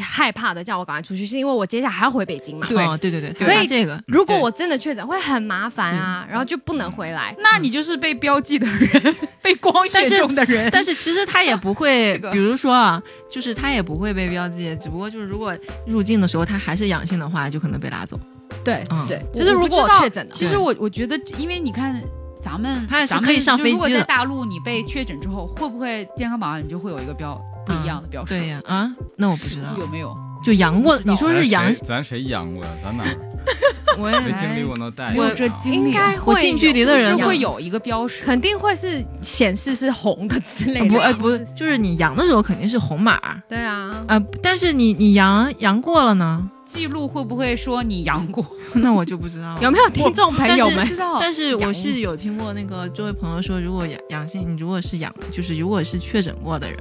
Speaker 1: 害怕的叫我赶快出去，是因为我接下来还要回北京嘛。
Speaker 4: 对
Speaker 3: 哦、对对对，
Speaker 1: 所以
Speaker 3: 他这个
Speaker 1: 如果
Speaker 3: 对
Speaker 1: 我真的确诊，会很麻烦啊，然后就不能回来。
Speaker 4: 那你就是被标记的人，被光
Speaker 3: 但
Speaker 4: 线
Speaker 3: 是
Speaker 4: 中的人。
Speaker 3: 但是其实他也不会，
Speaker 4: 这个
Speaker 3: 比如说啊，就是他也不会被标记，只不过就是如果入境的时候他还是阳性的话，就可能被拉走。
Speaker 1: 对
Speaker 3: 嗯
Speaker 1: 对，
Speaker 4: 我
Speaker 1: 就是
Speaker 4: 我不
Speaker 1: 如果
Speaker 4: 知道
Speaker 1: 确诊了，
Speaker 4: 其实我我觉得，因为你看咱们，
Speaker 3: 他也是
Speaker 4: 咱们
Speaker 3: 可以上飞机
Speaker 4: 就如果在
Speaker 3: 的
Speaker 4: 大陆你被确诊之后，会不会健康宝你就会有一个标不一样的标识？
Speaker 3: 对呀，啊，那我不知道，
Speaker 4: 有没有？
Speaker 3: 就阳过，
Speaker 4: 不知道
Speaker 3: 你 说是
Speaker 2: 咱，哎
Speaker 3: 阳
Speaker 2: 谁咱谁养过呀？咱哪儿
Speaker 3: 我也
Speaker 2: 没经历过那待遇
Speaker 4: 没
Speaker 2: 啊？
Speaker 4: 有这经历，
Speaker 1: 应该会
Speaker 3: 我近距离
Speaker 1: 有
Speaker 3: 的
Speaker 4: 是
Speaker 3: 人
Speaker 4: 会有一个标识。
Speaker 1: 肯定会是显示是红的之类的。
Speaker 3: 不，哎，不，就是你阳的时候肯定是红码儿，
Speaker 1: 对啊，
Speaker 3: 呃，但是你你阳阳过了呢，
Speaker 4: 记录会不会说你阳 过？
Speaker 3: 那我就不知道了。
Speaker 1: 有没有听众朋友们
Speaker 4: 知道
Speaker 3: 但是我
Speaker 1: 阳
Speaker 3: 是有听过那个周围朋友说，如果阳阳性，你如果是阳，就是如果是确诊过的人，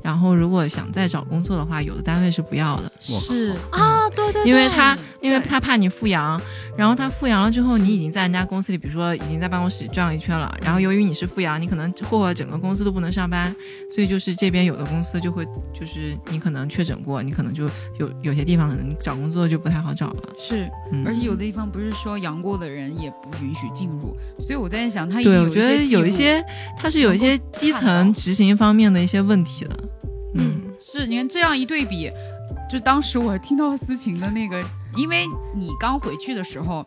Speaker 3: 然后如果想再找工作的话，有的单位是不要的，
Speaker 2: 我靠
Speaker 4: 是
Speaker 1: 啊？对对，对
Speaker 3: 因为他因为
Speaker 1: 对
Speaker 3: 他怕你复阳，然后他复阳了之后，你已经在人家公司里，比如说已经在办公室转一圈了，然后由于你是复阳，你可能或或整个公司都不能上班，所以就是这边有的公司就会就是你可能确诊过，你可能就有有些地方可能找工作就不太好找了，
Speaker 4: 是，
Speaker 3: 嗯
Speaker 4: 而且有的地方不是说阳过的人也不允许进入，所以我在想，他一定
Speaker 3: 对，我觉得有一
Speaker 4: 记录
Speaker 3: 些它是有一些基
Speaker 4: 能够看
Speaker 3: 层执行方面的一些问题的。嗯，
Speaker 1: 嗯，
Speaker 4: 是，你看这样一对比，就当时我听到思晴的那个，因为你刚回去的时候，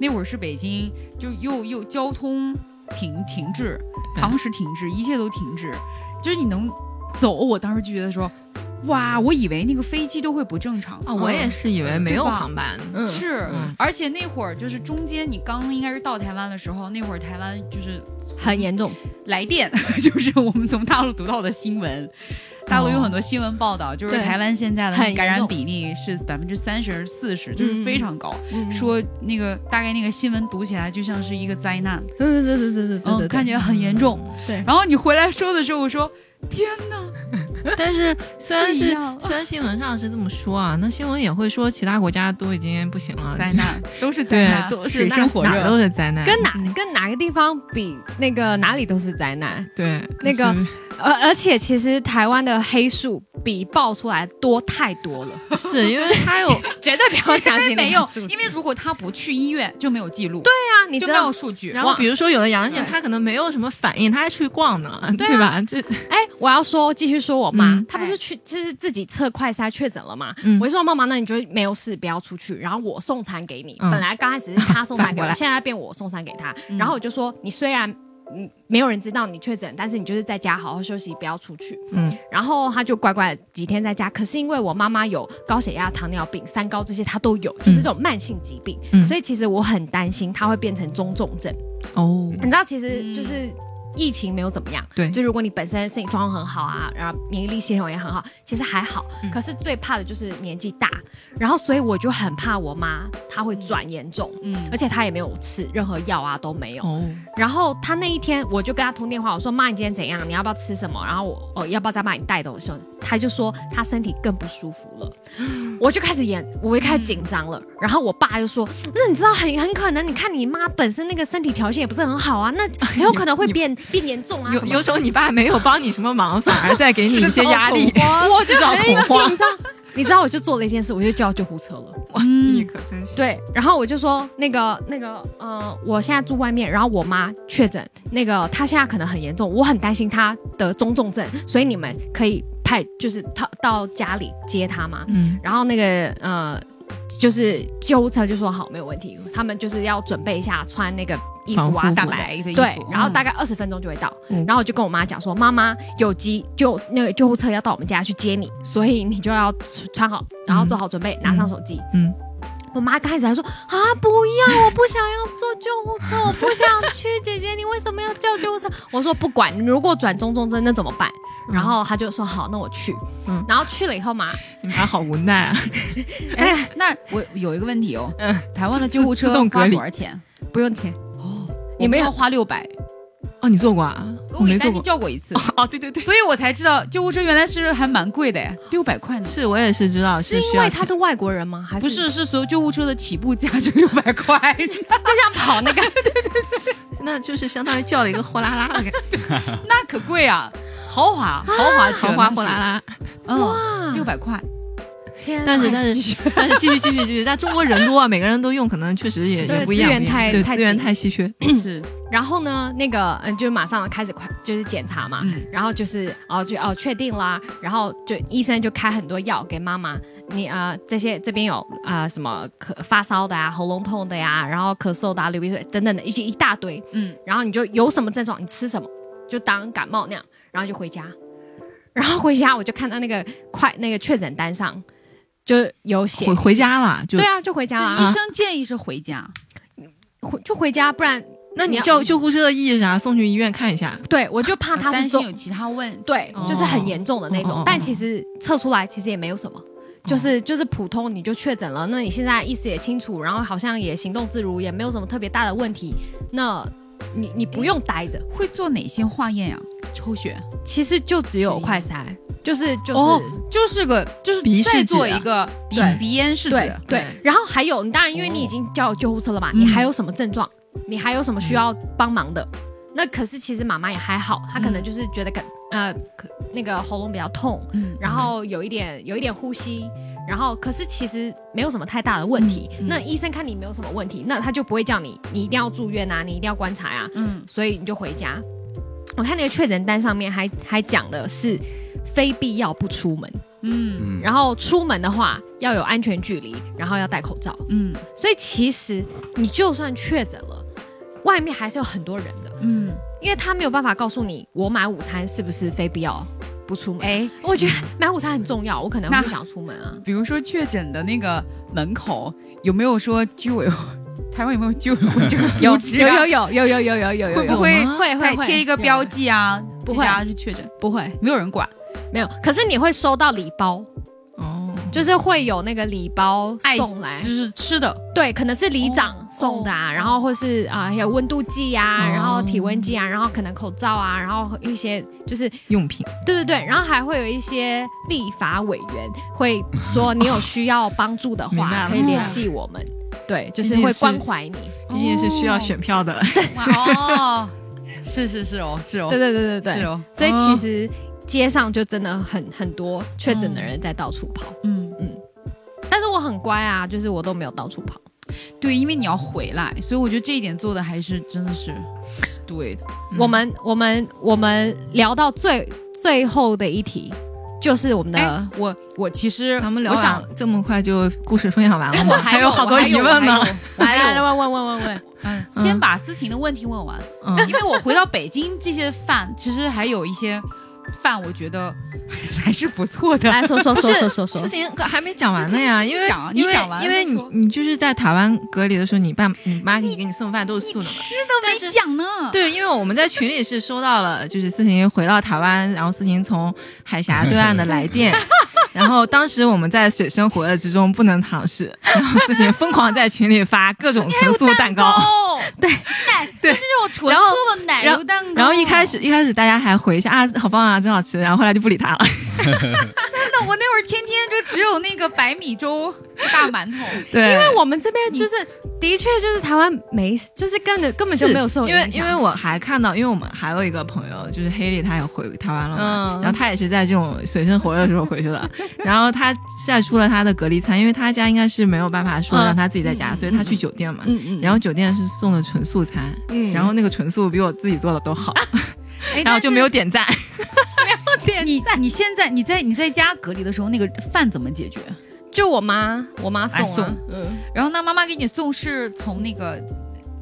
Speaker 4: 那会儿是北京就又又交通停停滞，
Speaker 3: 对
Speaker 4: 堂食停滞，一切都停滞，就是你能走，我当时就觉得说，哇，我以为那个飞机都会不正常
Speaker 3: 啊，我也是以为没有航班，
Speaker 1: 嗯
Speaker 4: 是
Speaker 3: 嗯，
Speaker 4: 而且那会儿就是中间你刚应该是到台湾的时候，那会儿台湾就是
Speaker 1: 很严重，
Speaker 4: 来电， 就是我们从大陆读到的新闻。大陆有很多新闻报道，就是
Speaker 1: 对
Speaker 4: 台湾现在的
Speaker 1: 很严
Speaker 4: 感染
Speaker 1: 重
Speaker 4: 比例是百分之三十、四十，就是非常高。
Speaker 1: 嗯
Speaker 4: 说那个大概那个新闻读起来就像是一个灾难，
Speaker 1: 对对对对对对对
Speaker 4: 嗯，
Speaker 1: 对，
Speaker 4: 看起来很严重。
Speaker 1: 对
Speaker 4: 然后你回来说的时候，我说天哪，
Speaker 3: 但 是虽
Speaker 4: 不
Speaker 3: 然
Speaker 4: 一
Speaker 3: 是
Speaker 4: 样
Speaker 3: 虽然新闻上是这么说啊，那新闻也会说其他国家都已经不行了，
Speaker 4: 灾难都是灾
Speaker 3: 对，
Speaker 4: 难，
Speaker 3: 都是
Speaker 4: 水
Speaker 3: 哪
Speaker 4: 深火
Speaker 3: 哪儿
Speaker 4: 热。
Speaker 3: 都是灾难，
Speaker 1: 跟哪
Speaker 4: 嗯
Speaker 1: 跟哪个地方比，那个哪里都是灾难。
Speaker 3: 对嗯
Speaker 1: 那个
Speaker 3: 就是
Speaker 1: 而而且其实台湾的黑数比爆出来多太多 了，
Speaker 3: 是因为他有
Speaker 1: 绝对不要相信
Speaker 4: 因为
Speaker 1: 那
Speaker 4: 没
Speaker 1: 个
Speaker 4: 有
Speaker 1: 数字。，
Speaker 4: 因为如果他不去医院就没有记录，
Speaker 1: 对啊，你
Speaker 4: 就
Speaker 1: 知
Speaker 4: 没
Speaker 1: 道
Speaker 4: 有数据。
Speaker 3: 然后
Speaker 1: 哇
Speaker 3: 比如说有的阳性，
Speaker 4: 对
Speaker 3: 他可能没有什么反应，他还出去逛呢，
Speaker 1: 对
Speaker 3: 对
Speaker 1: 啊
Speaker 3: 吧？ 这
Speaker 1: 哎，我要说，继续说我妈，
Speaker 3: 嗯
Speaker 1: 她不
Speaker 4: 哎
Speaker 1: 是去就是自己测快筛确诊了嘛？
Speaker 3: 嗯
Speaker 1: 我就说妈妈，那你就没有事，不要出
Speaker 4: 嗯
Speaker 1: 去，然后我送餐给你。
Speaker 3: 嗯
Speaker 1: 本来刚开始是她 送餐给
Speaker 3: 反过
Speaker 1: 我，
Speaker 3: 来
Speaker 1: 现在变我送餐给她。
Speaker 4: 嗯
Speaker 1: 然后我就说，你虽然嗯没有人知道你确诊，但是你就是在家好好休息，不要出去。
Speaker 3: 嗯
Speaker 1: 然后她就乖乖地几天在家。可是因为我妈妈有高血压、糖尿病、三高这些，她都有，就是这种慢性疾病，
Speaker 3: 嗯
Speaker 1: 所以其实我很担心她会变成中重症。
Speaker 3: 哦，
Speaker 1: 你知道，其实就是疫情没有怎么样，
Speaker 3: 对
Speaker 1: 就如果你本身身体状况很好啊，然后免疫力系统也很好，其实还好。
Speaker 3: 嗯
Speaker 1: 可是最怕的就是年纪大，然后所以我就很怕我妈她会转严重。
Speaker 4: 嗯
Speaker 1: 而且她也没有吃任何药啊，都没有。
Speaker 3: 哦，
Speaker 1: 然后她那一天，我就跟她通电话，我说：“妈，你今天怎样？你要不要吃什么？然后我，哦，要不要再帮你带东西？”她就说她身体更不舒服 了，我就开始演，我就开始紧张了。然后我爸就说：“嗯那你知道很很可能，你看你妈本身那个身体条件也不是很好啊，那很 有可能会
Speaker 3: 你
Speaker 1: 变变严重啊。”
Speaker 3: 有有时候你爸没有帮你什么忙，反而在给你一些压力
Speaker 1: 是， 我就
Speaker 3: 制造
Speaker 1: 很
Speaker 3: 恐慌
Speaker 1: 紧张。你知道，我就做了一件事，我就叫救护车了。
Speaker 3: 哇，
Speaker 4: 嗯
Speaker 3: 你
Speaker 1: 嗯
Speaker 3: 可真行。
Speaker 1: 对，然后我就说那个那个，呃，我现在住外面，然后我妈确诊，那个她现在可能很严重，我很担心她得中重症，所以你们可以派就是她到家里接她吗？
Speaker 3: 嗯，
Speaker 1: 然后那个呃，就是救护车就说好，没有问题，他们就是要准备一下穿那个衣服
Speaker 3: 防护
Speaker 1: 啊
Speaker 3: 服
Speaker 1: 什
Speaker 4: 大
Speaker 1: 么的。
Speaker 4: 白的衣服，嗯
Speaker 1: 对，然后大
Speaker 4: 概
Speaker 1: 概二十分钟就会到，
Speaker 3: 嗯
Speaker 1: 然后我就跟我妈讲说，妈妈有急救那个救护车要到我们家去接你，所以你就要穿好，然后做好准备，拿上手机。
Speaker 3: 嗯
Speaker 1: 我妈刚开始还说啊不要，我不想要坐救护车，我不想去，姐姐你为什么要叫救护车？我说不管，你如果转中重症那怎么办？然后她就说好，那我去。
Speaker 3: 嗯
Speaker 1: 然后去了以后嘛，
Speaker 3: 你妈好无奈啊，
Speaker 1: 哎呀
Speaker 4: 哎，那我有一个问题哦，
Speaker 1: 嗯
Speaker 4: 台湾的救护
Speaker 3: 自
Speaker 4: 车
Speaker 3: 动隔
Speaker 4: 花
Speaker 3: 离
Speaker 4: 多少钱？
Speaker 1: 不用钱，
Speaker 4: 哦，
Speaker 1: 你没有
Speaker 4: 要花六百，
Speaker 3: 哦，你做过啊？我
Speaker 4: 给
Speaker 3: 没
Speaker 4: 丹
Speaker 3: 做
Speaker 4: 妮
Speaker 3: 过。
Speaker 4: 叫过一次，
Speaker 3: 哦，对对对，
Speaker 4: 所以我才知道救护车原来是还蛮贵的哎，六百块呢。
Speaker 3: 是我也是知道，
Speaker 1: 是因
Speaker 3: 需要
Speaker 1: 为她
Speaker 3: 钱
Speaker 1: 是外国人吗？还
Speaker 4: 不
Speaker 1: 是
Speaker 4: 是，是所有救护车的起步价是六百块，
Speaker 1: 就像跑那个？
Speaker 3: 那就是相当于叫了一个货拉拉的感觉，
Speaker 4: 那可贵啊！豪华豪华车，
Speaker 3: 豪华货拉
Speaker 4: 拉，
Speaker 3: 拉。
Speaker 4: 嗯，
Speaker 1: 哇
Speaker 4: 六百块，
Speaker 1: 天啊！
Speaker 3: 但是 但是但是继续继续继续，但中国人多啊，每个人都用，可能确实也
Speaker 1: 是
Speaker 3: 也不一样，
Speaker 1: 对资源
Speaker 3: 不一样
Speaker 1: 太
Speaker 3: 对
Speaker 1: 太
Speaker 3: 资源
Speaker 1: 紧
Speaker 3: 太稀缺。
Speaker 4: 是，
Speaker 1: 然后呢，那个嗯，就马上开始快就是检查嘛，
Speaker 4: 嗯
Speaker 1: 然后就是哦就哦确定啦，然后就医生就开很多药给妈妈，你呃这些这边有呃什么咳发烧的啊、喉咙痛的呀、然后咳嗽的、啊、流鼻水等等的一一大堆，
Speaker 4: 嗯，
Speaker 1: 然后你就有什么症状你吃什么，就当感冒那样，然后就回家，然后回家我就看到那个快那个确诊单上就有写
Speaker 3: 回，回家了就
Speaker 1: 对，啊，就回家啦，
Speaker 4: 就医生建议是回家，
Speaker 1: 回就回家，不然
Speaker 3: 那
Speaker 1: 你
Speaker 3: 你
Speaker 1: 要
Speaker 3: 叫救护车的意义是啥？送去医院看一下。
Speaker 1: 对我就怕他
Speaker 4: 啊担
Speaker 1: 是
Speaker 4: 心
Speaker 1: 中
Speaker 4: 有其他问，
Speaker 1: 对
Speaker 3: 哦，
Speaker 1: 就是很严重的那种。
Speaker 3: 哦哦哦嗯
Speaker 1: 但其实测出来其实也没有什么，就是就是普通你就确诊了，那你现在意识也清楚，然后好像也行动自如，也没有什么特别大的问题，那你你
Speaker 3: 嗯
Speaker 1: 不用待着，
Speaker 4: 会做哪些化验呀？抽血，
Speaker 1: 其实就只有快筛，就是就是。
Speaker 4: 哦就是个就是
Speaker 3: 鼻试
Speaker 4: 再
Speaker 3: 纸
Speaker 4: 做
Speaker 3: 啊
Speaker 4: 一个鼻
Speaker 1: 对
Speaker 4: 鼻咽拭
Speaker 1: 对
Speaker 4: 子，
Speaker 1: 对
Speaker 3: 对，
Speaker 1: 然后还有，当然因为你已经叫救护车了嘛，
Speaker 4: 嗯
Speaker 1: 你还有什么症状？你还有什么需要帮忙的？那可是其实妈妈也还好，她可能就是觉得感、呃可那个喉咙比较痛，
Speaker 4: 嗯，
Speaker 1: 然后有一点有一点呼吸，然后可是其实没有什么太大的问题。
Speaker 4: 嗯嗯
Speaker 1: 那医生看你没有什么问题，那他就不会叫你你一定要住院啊，你一定要观察啊，
Speaker 4: 嗯，
Speaker 1: 所以你就回家。我看那个确诊单上面还还讲的是非必要不出门，
Speaker 4: 嗯
Speaker 2: 嗯，
Speaker 1: 然后出门的话要有安全距离，然后要戴口罩。
Speaker 4: 嗯
Speaker 1: 所以其实你就算确诊了，外面还是有很多人的，
Speaker 4: 嗯，
Speaker 1: 因为他没有办法告诉你我买午餐是不是非必要不出门。
Speaker 4: 哎，
Speaker 1: 我觉得买午餐很重要，我可能
Speaker 4: 那
Speaker 1: 不想出门啊。
Speaker 4: 比如说确诊的那个门口有没有说居委会？台湾有没 有居委会这个
Speaker 1: 有
Speaker 4: 组织
Speaker 1: 有有
Speaker 4: 啊
Speaker 1: 有有有有有有有
Speaker 4: 会不
Speaker 1: 有
Speaker 4: 会
Speaker 3: 有吗
Speaker 1: 会会
Speaker 4: 还
Speaker 1: 会
Speaker 4: 贴一个标
Speaker 1: 有
Speaker 4: 记啊？
Speaker 1: 不
Speaker 4: 这
Speaker 1: 会
Speaker 4: 家是确诊，
Speaker 1: 不会
Speaker 4: 没有人管。
Speaker 1: 没有，可是你会收到礼包，
Speaker 3: 哦，
Speaker 1: 就是会有那个礼包
Speaker 4: 爱
Speaker 1: 送来
Speaker 4: 就，是吃的，
Speaker 1: 对，可能是里长送的啊，
Speaker 4: 哦
Speaker 1: 然后或是啊、还有温度计啊，
Speaker 3: 哦
Speaker 1: 然后体温计啊，然后可能口罩啊，然后一些就是
Speaker 3: 用品
Speaker 1: 对对对，然后还会有一些立法委员会说你有需要帮助的
Speaker 3: 明白
Speaker 1: 话
Speaker 3: 了
Speaker 1: 可以联系我们，对，就是
Speaker 3: 毕竟
Speaker 1: 会
Speaker 3: 是
Speaker 1: 关怀你，
Speaker 3: 毕竟是需要选票 的。
Speaker 4: 哇哦，是是是哦，是哦，
Speaker 1: 对对对对对，
Speaker 4: 是哦，
Speaker 1: 所以
Speaker 4: 哦
Speaker 1: 其实街上就真的很很多确诊的人在到处跑，
Speaker 4: 嗯，
Speaker 1: 但是我很乖啊，就是我都没有到处跑。
Speaker 4: 对，因为你要回来，所以我觉得这一点做的还是真的是是对的。
Speaker 3: 嗯
Speaker 1: 我们我们我们聊到最最后的一题，就是我们的、
Speaker 4: 哎，我我其实
Speaker 3: 咱们聊
Speaker 4: 我想
Speaker 3: 完这么快就故事分享 完了吗？
Speaker 4: 还
Speaker 3: 有好多疑问呢。，
Speaker 4: 我还
Speaker 1: 来来
Speaker 4: 有
Speaker 1: 来问问问问问，
Speaker 4: 嗯，
Speaker 3: 嗯
Speaker 4: 先把思琴的问题问完，
Speaker 3: 嗯，
Speaker 4: 因为我回到北京，这些饭其实还有一些饭，我觉得还是 不 错的。
Speaker 1: 来说说
Speaker 3: 不
Speaker 1: 说
Speaker 3: 是
Speaker 1: 说说
Speaker 3: 事
Speaker 1: 说，
Speaker 3: 情可还没讲完呢呀，因为
Speaker 4: 讲你
Speaker 3: 因为
Speaker 4: 讲完了
Speaker 3: 因为
Speaker 4: 再
Speaker 3: 你
Speaker 4: 说
Speaker 3: 你就是在台湾隔离的时候，你爸你妈给你给你送饭都是素的嘛。但
Speaker 4: 都
Speaker 3: 是
Speaker 4: 没讲呢，
Speaker 3: 对，因为我们在群里是收到了，就是思琴回到台湾，然后思琴从海峡对岸的来 电，然后当时我们在水深火热之中不能尝试， 然后思琴疯狂在群里发各种纯素蛋 糕。
Speaker 4: 哦，
Speaker 1: 对
Speaker 4: 奶
Speaker 3: 对
Speaker 4: 就这种纯
Speaker 3: 然后
Speaker 4: 素的奶
Speaker 3: 然
Speaker 4: 油
Speaker 3: 后
Speaker 4: 哎蛋糕。
Speaker 3: 然后一开始一开始大家还回一下啊，好棒啊，真好吃。然后后来就不理他了。
Speaker 4: 真的，我那会儿天天就只有那个白米粥、大馒头。
Speaker 3: 对，因
Speaker 1: 因为我们这边就是的确就是台湾没，就是根本根本就没有受
Speaker 3: 因为
Speaker 1: 影
Speaker 3: 因
Speaker 1: 响
Speaker 3: 为。我还看到，因为我们还有一个朋友，就是黑莉，她也回台湾了嘛，
Speaker 1: 嗯
Speaker 3: 然后她也是在这种水深火热的时候回去 的，然后她晒出了她的隔离餐，因为她家应该是没有办法说
Speaker 1: 嗯
Speaker 3: 让她自己在家，所以她去酒店嘛，
Speaker 1: 嗯嗯，
Speaker 3: 然后酒店是送的纯素餐，
Speaker 1: 嗯
Speaker 3: 然后那个纯素比我自己做的都好，
Speaker 4: 哎
Speaker 3: 然后就没。有
Speaker 4: 但是
Speaker 3: 点赞。
Speaker 1: 点
Speaker 4: 你你现在你在你在家隔离的时候，那个饭怎么解决？
Speaker 1: 就我妈，我妈送
Speaker 4: 哎
Speaker 1: 啊，
Speaker 4: 送
Speaker 1: 嗯
Speaker 4: 然后那妈妈给你送是从那个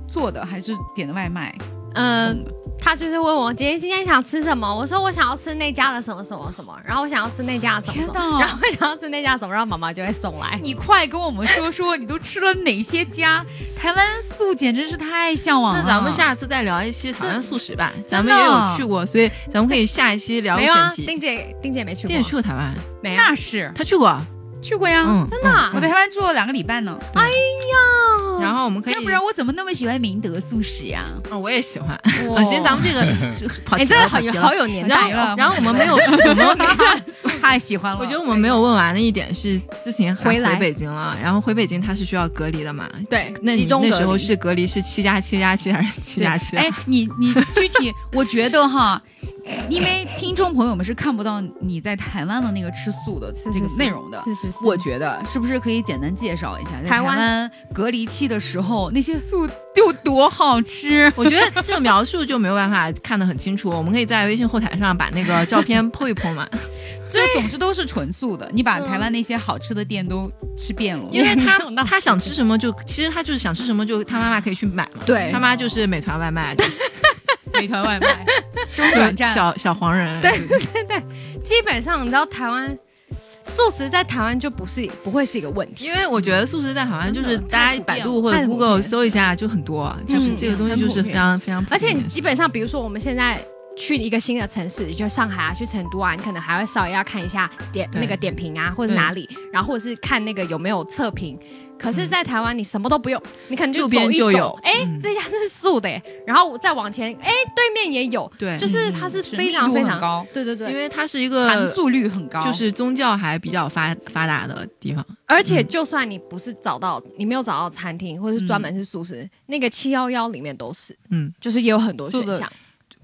Speaker 4: 做的还是点的外卖？
Speaker 1: 呃，她就是问我姐姐今天想吃什么，我说我想要吃那家的什么什么什么，然后我想要吃那家的什么什
Speaker 4: 天哪
Speaker 1: 么，然后我想要吃那家什么，然后妈妈就会送来。
Speaker 4: 你快跟我们说说，你都吃了哪些家？台湾素简直是太向往了。
Speaker 3: 那咱们下次再聊一期台湾素食吧，咱们
Speaker 4: 真
Speaker 3: 也
Speaker 4: 的
Speaker 3: 有去过，所以咱们可以下一期聊个
Speaker 1: 没有啊
Speaker 3: 选，题。
Speaker 1: 丁姐，丁姐没去
Speaker 3: 丁也
Speaker 1: 过，
Speaker 3: 去过台湾，
Speaker 1: 没有？
Speaker 4: 那是
Speaker 3: 他去过，
Speaker 4: 去过呀，
Speaker 3: 嗯，
Speaker 1: 真的啊
Speaker 4: 我在台湾住了两个礼拜呢。
Speaker 1: 哦
Speaker 3: 然后我们可以，
Speaker 4: 要不然我怎么那么喜欢明德素食 呀？
Speaker 3: 嗯我也喜欢。
Speaker 1: 哇
Speaker 3: 啊，行，咱们这个是跑
Speaker 1: 哎，
Speaker 3: 题
Speaker 1: 这
Speaker 3: 了，
Speaker 1: 个
Speaker 3: 跑
Speaker 1: 好
Speaker 3: 题
Speaker 1: 有
Speaker 3: 了
Speaker 1: 好。有年
Speaker 3: 然
Speaker 1: 代哦
Speaker 4: 白
Speaker 3: 后
Speaker 1: 了。
Speaker 4: 了，
Speaker 3: 然后我 们没有，我们
Speaker 4: 太喜欢了。
Speaker 3: 我觉得我们没有问完的一点是，思琴还
Speaker 1: 回来
Speaker 3: 回北京了，然后回北京他是需要隔离的嘛？
Speaker 1: 对，
Speaker 3: 那你
Speaker 1: 集中
Speaker 3: 那
Speaker 1: 隔
Speaker 3: 时候
Speaker 1: 离
Speaker 3: 是隔离是七加七加七还是七加七？啊
Speaker 4: 哎，，你你具体， 我觉得哈，因为听众朋友们是看不到你在台湾的那个吃素的
Speaker 1: 是
Speaker 4: 这个
Speaker 1: 是是
Speaker 4: 内容的。
Speaker 1: 是是是，
Speaker 4: 我觉得是不是可以简单介绍一下，在台
Speaker 1: 台湾
Speaker 4: 湾隔离期的时候那些素有多好吃？
Speaker 3: 我觉 得这个描述就没有办法看得很清楚，我们可以在微信后台上把那个照片 po 一 po 嘛，
Speaker 4: 就总之都是纯素的，你把
Speaker 1: 嗯
Speaker 4: 台湾那些好吃的店都吃遍了。
Speaker 3: 因 为他
Speaker 1: 没有那
Speaker 3: 他想吃什么就，其实他就是想吃什么就他妈妈可以去买嘛，
Speaker 1: 对
Speaker 3: 他妈就是美团外卖，就
Speaker 4: 美团外 卖、中转
Speaker 3: 是
Speaker 4: 站，
Speaker 3: 小小黄人，
Speaker 1: 对对对，基本上你知道台湾素食在台湾就不是不会是一个问题，
Speaker 3: 因为我觉得素食在好像就是
Speaker 4: 真的
Speaker 3: 大
Speaker 4: 太
Speaker 3: 家
Speaker 4: 普遍
Speaker 3: 百
Speaker 4: 了
Speaker 3: 度或者
Speaker 1: 太普
Speaker 3: Google
Speaker 1: 遍
Speaker 3: 搜一下就很多，就是
Speaker 1: 嗯
Speaker 3: 这个东西就是非常非常普遍。
Speaker 1: 而且你基本上比如说我们现在。去一个新的城市，就上海啊，去成都啊，你可能还会稍微要看一下点
Speaker 3: 对
Speaker 1: 那个点评啊，或者
Speaker 3: 对嗯
Speaker 1: 哪里，然后或者是看那个有没有测评。可是，在台湾你什么都不用，你可能
Speaker 3: 路
Speaker 1: 就
Speaker 3: 边
Speaker 1: 走一
Speaker 3: 就有
Speaker 1: 走，哎、
Speaker 3: 嗯
Speaker 1: 这家是素的耶，然后我再往前，哎，对面也有，
Speaker 3: 对，
Speaker 1: 就是它是
Speaker 4: 神
Speaker 1: 非
Speaker 4: 秘
Speaker 1: 常
Speaker 4: 度
Speaker 1: 非
Speaker 4: 很
Speaker 1: 常，嗯
Speaker 4: 高，
Speaker 1: 对对对，
Speaker 3: 因为它是一
Speaker 4: 含
Speaker 3: 个
Speaker 4: 素率很高，
Speaker 3: 就是宗教还比较发发达的地方，
Speaker 1: 而且，
Speaker 3: 嗯
Speaker 1: 就算你不是找到，你没有找到餐厅，或者是专门是素食，那个七幺幺里面都是，
Speaker 3: 嗯，
Speaker 1: 就是也有很多
Speaker 4: 素
Speaker 1: 选
Speaker 4: 的
Speaker 1: 项，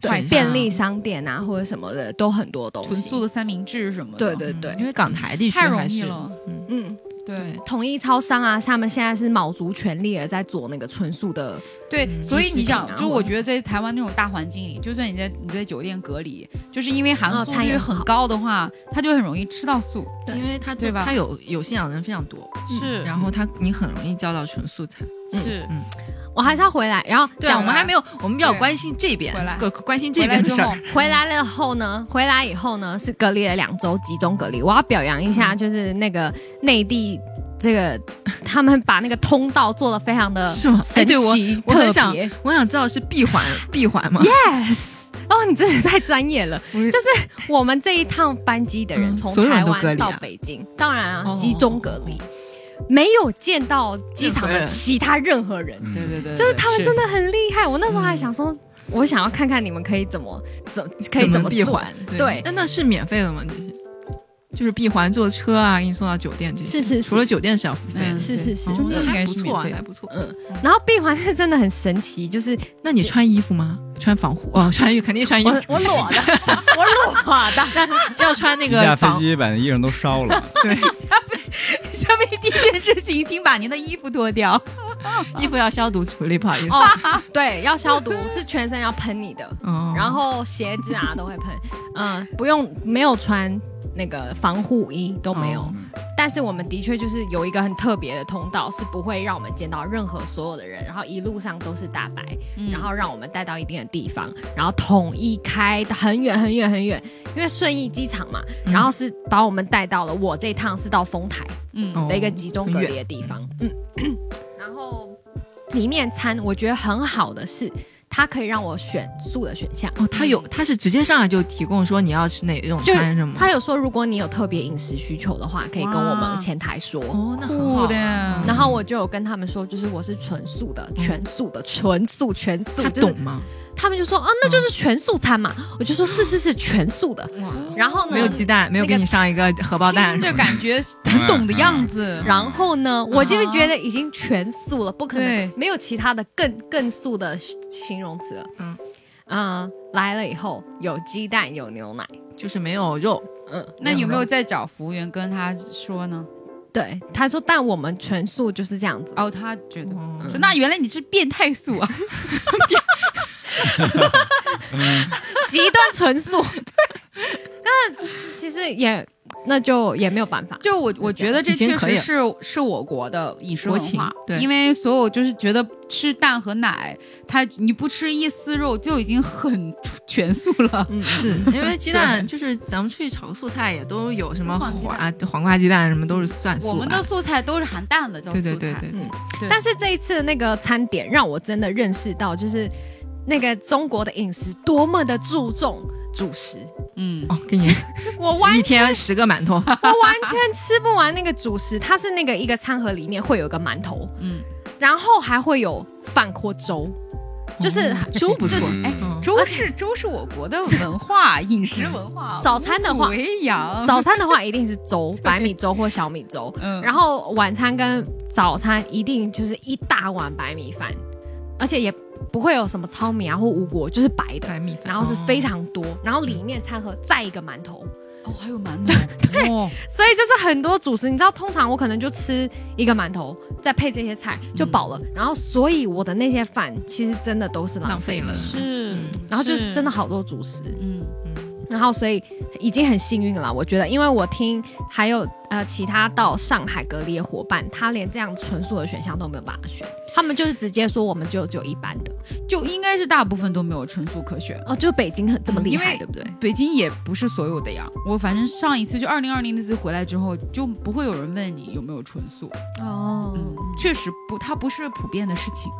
Speaker 3: 快
Speaker 1: 对，
Speaker 3: 餐
Speaker 1: 便利商店啊或者什么的都很多东西。
Speaker 4: 纯素的三明治什么的。
Speaker 1: 对对对，
Speaker 3: 嗯因为港台地区
Speaker 4: 太容
Speaker 3: 还
Speaker 4: 易
Speaker 3: 是
Speaker 4: 了。
Speaker 3: 嗯，
Speaker 1: 嗯，
Speaker 4: 对
Speaker 3: 对，
Speaker 1: 统一超商啊，他们现在是卯足全力的在做那个纯素的，
Speaker 4: 对，
Speaker 3: 嗯
Speaker 4: 所以
Speaker 1: 即食
Speaker 4: 你
Speaker 1: 品
Speaker 4: 想
Speaker 1: 啊，
Speaker 4: 就
Speaker 1: 或
Speaker 4: 我
Speaker 1: 者
Speaker 4: 觉得在台湾那种大环境里，就算你在你在酒店隔离，就是因为含
Speaker 1: 哦
Speaker 4: 素
Speaker 1: 餐也
Speaker 4: 率
Speaker 1: 很
Speaker 4: 很
Speaker 1: 好
Speaker 4: 高的话，它就很容易吃到素。
Speaker 1: 对
Speaker 3: 因为它就
Speaker 4: 对吧嗯
Speaker 3: 它有有信仰的人非常多，
Speaker 4: 是
Speaker 3: 然后它你很容易交到纯素菜。
Speaker 4: 是，
Speaker 1: 我还是要回来，然后
Speaker 3: 对啊，
Speaker 1: 讲
Speaker 3: 我们还没有，我们比较
Speaker 4: 对
Speaker 3: 关心这边
Speaker 4: 回来，
Speaker 3: 关关心这
Speaker 4: 回来
Speaker 3: 边的
Speaker 4: 之
Speaker 3: 事
Speaker 4: 后
Speaker 3: 儿。，
Speaker 1: 回来了后呢，回来以后呢是隔离了两周，集中隔离。我要表扬一下，就是那个内地这个他们把那个通道做的非常的
Speaker 3: 是吗哎
Speaker 1: 神
Speaker 3: 对我
Speaker 1: 奇
Speaker 3: 我很
Speaker 1: 特
Speaker 3: 想
Speaker 1: 别。
Speaker 3: 我想知道是闭环闭环吗？
Speaker 1: Yes，哦，你真的太专业了。
Speaker 3: 我是
Speaker 1: 就是我们这一趟班机的人
Speaker 3: 嗯
Speaker 1: 从
Speaker 3: 所有人
Speaker 1: 台
Speaker 3: 都隔
Speaker 1: 湾
Speaker 3: 离啊
Speaker 1: 到北京，当然啊
Speaker 3: 哦，
Speaker 1: 集中隔离，没有见到机场
Speaker 3: 任何
Speaker 1: 的
Speaker 3: 人
Speaker 1: 其他任何人，
Speaker 2: 嗯
Speaker 4: 对对对，
Speaker 1: 就是他们真
Speaker 4: 的
Speaker 1: 的很厉害。我那时
Speaker 3: 嗯
Speaker 1: 候还想说，我想要看看你们可以怎么怎可以
Speaker 3: 怎
Speaker 1: 怎
Speaker 3: 么
Speaker 1: 么
Speaker 3: 闭
Speaker 1: 做。
Speaker 3: 环？
Speaker 1: 对
Speaker 3: 那那是免费的吗？这些就是闭环坐车啊，给你送到酒店这些。
Speaker 1: 是是是
Speaker 3: 除了酒店是要付费的，
Speaker 4: 嗯
Speaker 1: 是是是
Speaker 3: 哦
Speaker 1: 中间
Speaker 3: 那
Speaker 1: 应该
Speaker 3: 还
Speaker 1: 是
Speaker 3: 不错
Speaker 1: 免
Speaker 3: 啊
Speaker 1: 费，的
Speaker 3: 还不错。
Speaker 1: 嗯，然后闭环 是真的很神奇，就是
Speaker 3: 那你穿衣服吗？穿防护哦，穿肯定穿衣服
Speaker 1: 我，我裸 的，我裸的，
Speaker 3: 就 要穿那
Speaker 2: 一
Speaker 3: 个
Speaker 2: 下
Speaker 3: 防
Speaker 2: 飞机把那衣裳都烧了，
Speaker 3: 对，
Speaker 4: 下面第一件事情，请把您的衣服脱掉。
Speaker 3: 衣服要消毒处理，不好意思。
Speaker 1: 哦，对，要消毒，是全身要喷你的，
Speaker 3: 哦
Speaker 1: 然后鞋子啊都会喷，嗯、不用没有穿那个防护衣都没有，
Speaker 3: 哦
Speaker 1: 但是我们的确就是有一个很特别的通道，是不会让我们见到任何所有的人，然后一路上都是大白，
Speaker 4: 嗯
Speaker 3: 嗯
Speaker 1: 然后让我们带到一定的地方，然后统一开很远很远很远，因为顺义机场嘛，
Speaker 3: 嗯
Speaker 1: 然后是把我们带到了我这一趟是到丰台。
Speaker 4: 嗯
Speaker 3: 哦
Speaker 1: 的一个集中隔离的地方。嗯，然后里面餐我觉得很好的是，它可以让我选素的选项。嗯
Speaker 3: 哦，他有，他是直接上来就提供说你要吃哪种
Speaker 1: 就
Speaker 3: 餐是吗？
Speaker 1: 他有说，如果你有特别饮食需求的话，可以跟我
Speaker 4: 哇
Speaker 1: 们前台说。
Speaker 3: 哦，那很好
Speaker 4: 酷
Speaker 3: 啊
Speaker 4: 的，嗯
Speaker 1: 然后我就有跟他们说，就是我是纯素的、全素的、纯素、全素。
Speaker 3: 他
Speaker 1: 就是
Speaker 3: 懂吗？
Speaker 1: 他们就说啊，那就是全素餐嘛。我就说是是是全素的。
Speaker 3: 哇，
Speaker 1: 然后呢，
Speaker 3: 没有鸡蛋，没有给你上一个荷包蛋是
Speaker 4: 听着
Speaker 3: 吗，
Speaker 4: 感 觉很懂的样子。
Speaker 1: 然后
Speaker 3: 啊
Speaker 1: 呢，我就觉得已经全素了，不可
Speaker 4: 对
Speaker 1: 能没有其他的更更素的形容词了。
Speaker 3: 嗯
Speaker 1: 嗯来了以后有鸡蛋有牛奶，
Speaker 3: 就是没有肉。
Speaker 1: 嗯，
Speaker 4: 那你有没有再找服务员跟他说呢？
Speaker 1: 对，他说，但我们全素就是这样子。
Speaker 4: 哦，他觉得
Speaker 3: 哦
Speaker 4: 说那原来你是变态素啊，
Speaker 1: 极端纯素。那其实也那就也没有办法，
Speaker 4: 就我我觉得这
Speaker 3: 已经
Speaker 4: 确
Speaker 3: 可以
Speaker 4: 实
Speaker 3: 了
Speaker 4: 是是我国的饮食
Speaker 3: 国
Speaker 4: 文
Speaker 3: 情
Speaker 4: 化，
Speaker 3: 对
Speaker 4: 因为所有就是觉得吃蛋和奶，它你不吃一丝肉就已经很 全素了。
Speaker 1: 嗯，
Speaker 3: 是因为鸡蛋，就是咱们出去炒个素菜也都有什么
Speaker 4: 黄鸡
Speaker 3: 黄黄瓜鸡蛋什么都是算素吧。啊
Speaker 4: 我们的素菜都是含蛋的，叫素
Speaker 3: 对
Speaker 4: 菜。嗯
Speaker 3: 对对对对，
Speaker 4: 对
Speaker 1: 但是这一次的那个餐点让我真的认识到，就是那个中国的饮食多么的注重主食。
Speaker 4: 嗯，
Speaker 3: 哦， 给你
Speaker 1: 我完
Speaker 3: 一天十个馒头，
Speaker 1: 我完全吃不完那个主食，它是那个一个餐盒里面会有一个馒头，
Speaker 4: 嗯，
Speaker 1: 然后还会有饭或粥，就是
Speaker 3: 粥不错
Speaker 1: 就是。
Speaker 4: 哎
Speaker 3: 嗯
Speaker 4: 粥是粥是我国的文化，饮食文化。
Speaker 1: 早餐的话
Speaker 4: 五谷为阳，
Speaker 1: 早餐的话一定是粥，白米粥或小米粥，
Speaker 4: 嗯
Speaker 1: 然后晚餐跟早餐一定就是一大碗白米饭，而且也不会有什么糙米啊或五谷，就是白的，
Speaker 3: 白米饭，
Speaker 1: 然后是非常多，然后里面餐盒再一个馒头，
Speaker 4: 哦还有馒头，对，
Speaker 1: 所以就是很多主食，你知道，通常我可能就吃一个馒头，再配这些菜就饱了。然后，所以我的那些饭其实真的都是
Speaker 3: 浪
Speaker 1: 浪费
Speaker 3: 费了。
Speaker 4: 是
Speaker 3: 嗯，
Speaker 1: 然后就是真的，好多主食，
Speaker 4: 嗯
Speaker 1: 然后所以已经很幸运了。我觉得，因为我听还有呃其他到上海隔离的伙伴，他连这样纯素的选项都没有办法选，他们就是直接说我们就只有一般的。
Speaker 4: 就应该是大部分都没有纯素可选。
Speaker 1: 哦，就北京很这么厉
Speaker 4: 因
Speaker 1: 害，
Speaker 4: 为
Speaker 1: 对不对？
Speaker 4: 北京也不是所有的呀，我反正上一次就二零二零那次回来之后，就不会有人问你有没有纯素，
Speaker 1: 哦
Speaker 4: 嗯，确实不，它不是普遍的事情，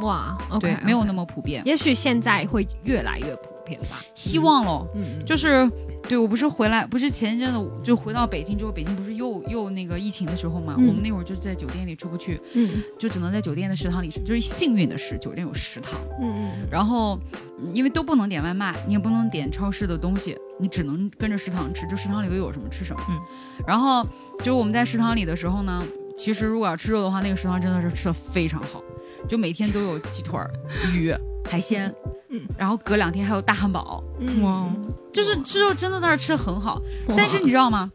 Speaker 1: 哇
Speaker 4: 对
Speaker 1: ，OK，
Speaker 4: 没有那
Speaker 1: 么，
Speaker 4: 么普遍。
Speaker 1: 也许现在会越来越普遍吧。
Speaker 4: 希望喽，
Speaker 1: 嗯，嗯
Speaker 4: 就是对我不是回来，不是前一阵子我就回到北京之后，北京不是又又那个疫情的时候嘛，
Speaker 1: 嗯
Speaker 4: 我们那会儿就在酒店里出不去，
Speaker 1: 嗯
Speaker 4: 就只能在酒店的食堂里吃，就是幸运的是酒店有食堂，
Speaker 1: 嗯嗯。
Speaker 4: 然后嗯因为都不能点外卖，你也不能点超市的东西，你只能跟着食堂吃，就食堂里头有什么吃什么。
Speaker 3: 嗯，
Speaker 4: 然后就我们在食堂里的时候呢，其实如果要吃肉的话，那个食堂真的是吃的非常好，就每天都有鸡腿儿、鱼、海鲜，
Speaker 1: 嗯，
Speaker 4: 然后隔两天还有大汉堡，
Speaker 1: 嗯
Speaker 3: 哇，
Speaker 4: 就是吃肉真的在那儿吃的很好。
Speaker 1: 哇
Speaker 4: 但是你知道吗？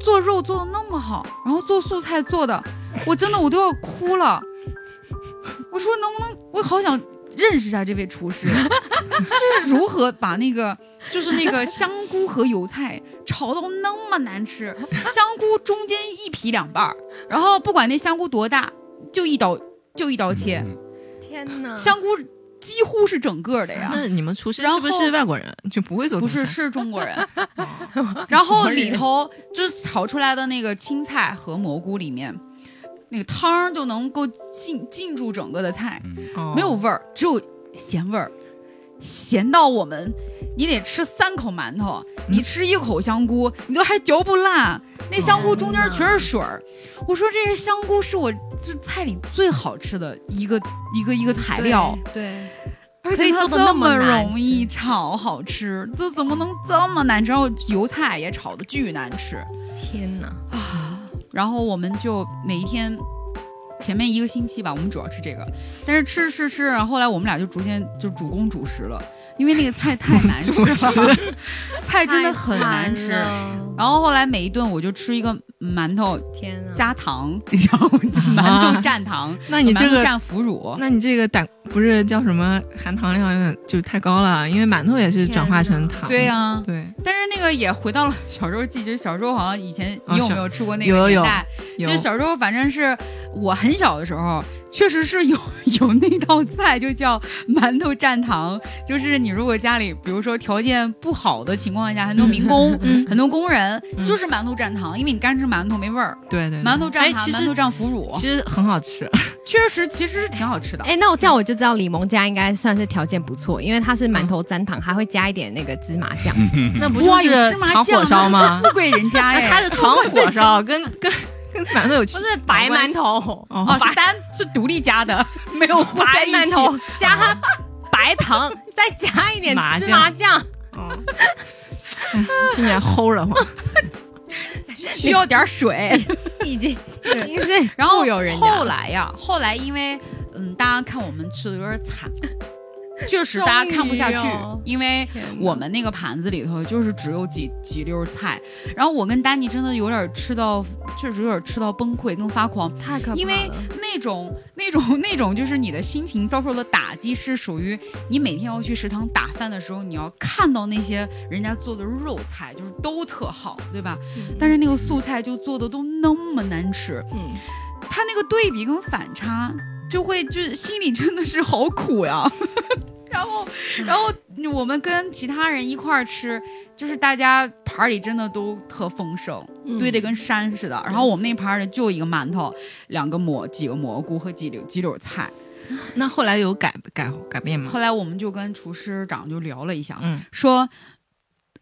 Speaker 4: 做肉做的那么好，然后做素菜做的，我真的我都要哭了。我说能不能，我好想认识一下这位厨师， 这是如何把那个就是那个香菇和油菜炒到那么难吃？香菇中间一劈两半儿，然后不管那香菇多大，就一刀就一刀切，
Speaker 2: 嗯
Speaker 1: 天哪，
Speaker 4: 香菇几乎是整个的呀。
Speaker 3: 那你们厨师
Speaker 4: 啊然
Speaker 3: 是
Speaker 4: 后
Speaker 3: 不是外国人？就不会做
Speaker 4: 不
Speaker 3: 中
Speaker 4: 是
Speaker 3: 餐？
Speaker 4: 是中国人， 然后里头就是炒出来的那个青菜和蘑菇里面，那个汤儿就能够浸浸住整个的菜，
Speaker 2: 嗯
Speaker 3: 哦
Speaker 4: 没有味儿，只有咸味儿，咸到我们，你得吃三口馒头，你吃一口香菇，你都还嚼不烂，那香菇中间全是水儿。我说这些香菇是我这菜里最好吃的一个一个一个材料，
Speaker 1: 对，而
Speaker 4: 所
Speaker 1: 且
Speaker 4: 以
Speaker 1: 做
Speaker 4: 它
Speaker 1: 的
Speaker 4: 这
Speaker 1: 那么
Speaker 4: 么
Speaker 1: 难
Speaker 4: 容易炒好吃，这怎么能这么难吃？然后油菜也炒的巨难吃，
Speaker 1: 吃，天哪！
Speaker 4: 然后我们就每一天。前面一个星期吧，我们主要吃这个，但是吃吃吃，然后后来我们俩就逐渐就主攻主食了，因为那个菜太难吃了，菜真的很难吃
Speaker 1: 太。惨了
Speaker 4: 然后后来每一顿我就吃一个馒头
Speaker 1: 天哪！
Speaker 4: 加糖，你知道吗？就
Speaker 1: 啊
Speaker 4: 馒头蘸糖，
Speaker 3: 那你这
Speaker 4: 馒头
Speaker 3: 个，
Speaker 4: 蘸腐乳，
Speaker 3: 那你这个胆不是叫什么含糖量有点就太高了，因为馒头也是转化成糖。
Speaker 4: 对啊呀、
Speaker 3: 对，
Speaker 4: 但是那个也回到了 小时候记忆，就是小时候好像以前
Speaker 3: 啊
Speaker 4: 你有
Speaker 3: 小
Speaker 4: 没有吃过那
Speaker 3: 有
Speaker 4: 个
Speaker 3: 有
Speaker 4: 年代？
Speaker 3: 有
Speaker 4: 就小时候，反正是我很小的时候，确实是有 有那道菜，就叫馒头蘸糖。就是你如果家里比如说条件不好的情况下，很多民工、
Speaker 3: 嗯
Speaker 4: 很多工人
Speaker 3: 嗯
Speaker 4: 就是馒头蘸糖，因为你干吃馒头没味儿，
Speaker 3: 对对对
Speaker 4: 馒头
Speaker 3: 哎
Speaker 4: 蘸糖、
Speaker 3: 其
Speaker 4: 馒
Speaker 3: 实
Speaker 4: 头蘸腐乳，
Speaker 3: 其实很好吃，
Speaker 4: 确实其实是挺好吃的。
Speaker 1: 哎，那我这样我就知道李萌家应该算是条件不错，因为他是馒
Speaker 4: 嗯
Speaker 1: 头沾糖，还会加一点那个芝麻酱。
Speaker 3: 那不就
Speaker 4: 哇，有
Speaker 3: 是
Speaker 4: 芝麻
Speaker 3: 糖
Speaker 4: 酱
Speaker 3: 火烧
Speaker 4: 那
Speaker 3: 吗
Speaker 4: 是？富贵 人家
Speaker 3: 哎，它
Speaker 4: 哎，
Speaker 3: 是糖火烧，跟跟跟馒头有区
Speaker 1: 不是白馒头，
Speaker 3: 哦
Speaker 4: 哦，是单是独立 家的，没有混在
Speaker 1: 白哦
Speaker 4: 一
Speaker 1: 馒
Speaker 4: 起。
Speaker 1: 头加 白糖，再加一点
Speaker 3: 麻
Speaker 1: 芝
Speaker 3: 酱
Speaker 1: 麻酱，
Speaker 3: 哦，哎听起来齁的慌。
Speaker 4: 需要点水。
Speaker 1: 已 经已经是
Speaker 4: 然后
Speaker 1: 富有人家
Speaker 4: 后来呀，后来因为嗯，大家看我们吃的有点惨，确实大家看不下去
Speaker 1: 终于哦，
Speaker 4: 因为
Speaker 1: 天哪
Speaker 4: 我们那个盘子里头就是只有几几溜菜。然后我跟丹尼真的有点吃到，确实有点吃到崩溃跟发狂。
Speaker 1: 太可怕了，
Speaker 4: 因为那种、那种、那种，就是你的心情遭受了打击，是属于你每天要去食堂打饭的时候，你要看到那些人家做的肉菜，就是都特好，对吧？但是那个素菜就做的都那么难吃，
Speaker 1: 嗯，
Speaker 4: 它那个对比跟反差，就会就是心里真的是好苦呀。 然后，然后我们跟其他人一块儿吃，就是大家盘儿里真的都特丰盛，
Speaker 1: 嗯
Speaker 4: 堆得跟山似的。然后我们那盘儿里就一个馒头、两个蘑、几个蘑菇和几绺几绺菜。
Speaker 3: 那后来有改改改变吗？
Speaker 4: 后来我们就跟厨师长就聊了一下，
Speaker 3: 嗯，
Speaker 4: 说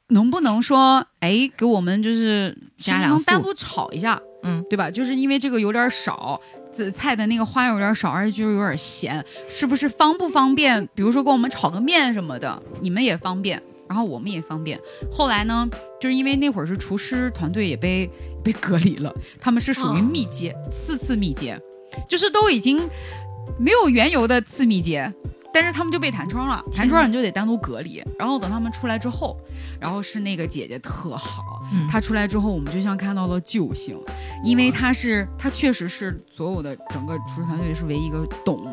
Speaker 4: 能不能说，哎，给我们就是是
Speaker 3: 加
Speaker 4: 不是
Speaker 3: 两
Speaker 4: 能
Speaker 3: 素
Speaker 4: 单独炒一下，
Speaker 3: 嗯，
Speaker 4: 对吧？就是因为这个有点少，紫菜的那个花有点少，而且就是有点咸，是不是方不方便？比如说给我们炒个面什么的，你们也方便，然后我们也方便。后来呢，就是因为那会儿是厨师团队也被被隔离了，他们是属于
Speaker 1: 哦
Speaker 4: 密接，四次密接，就是都已经没有缘由的次密接。但是他们就被弹窗了，弹窗了你就得单独隔离。然后等他们出来之后，然后是那个姐姐特好，
Speaker 3: 嗯
Speaker 4: 她出来之后我们就像看到了救星，因为她是她确实是所有的整个厨师团队里是唯一一个懂。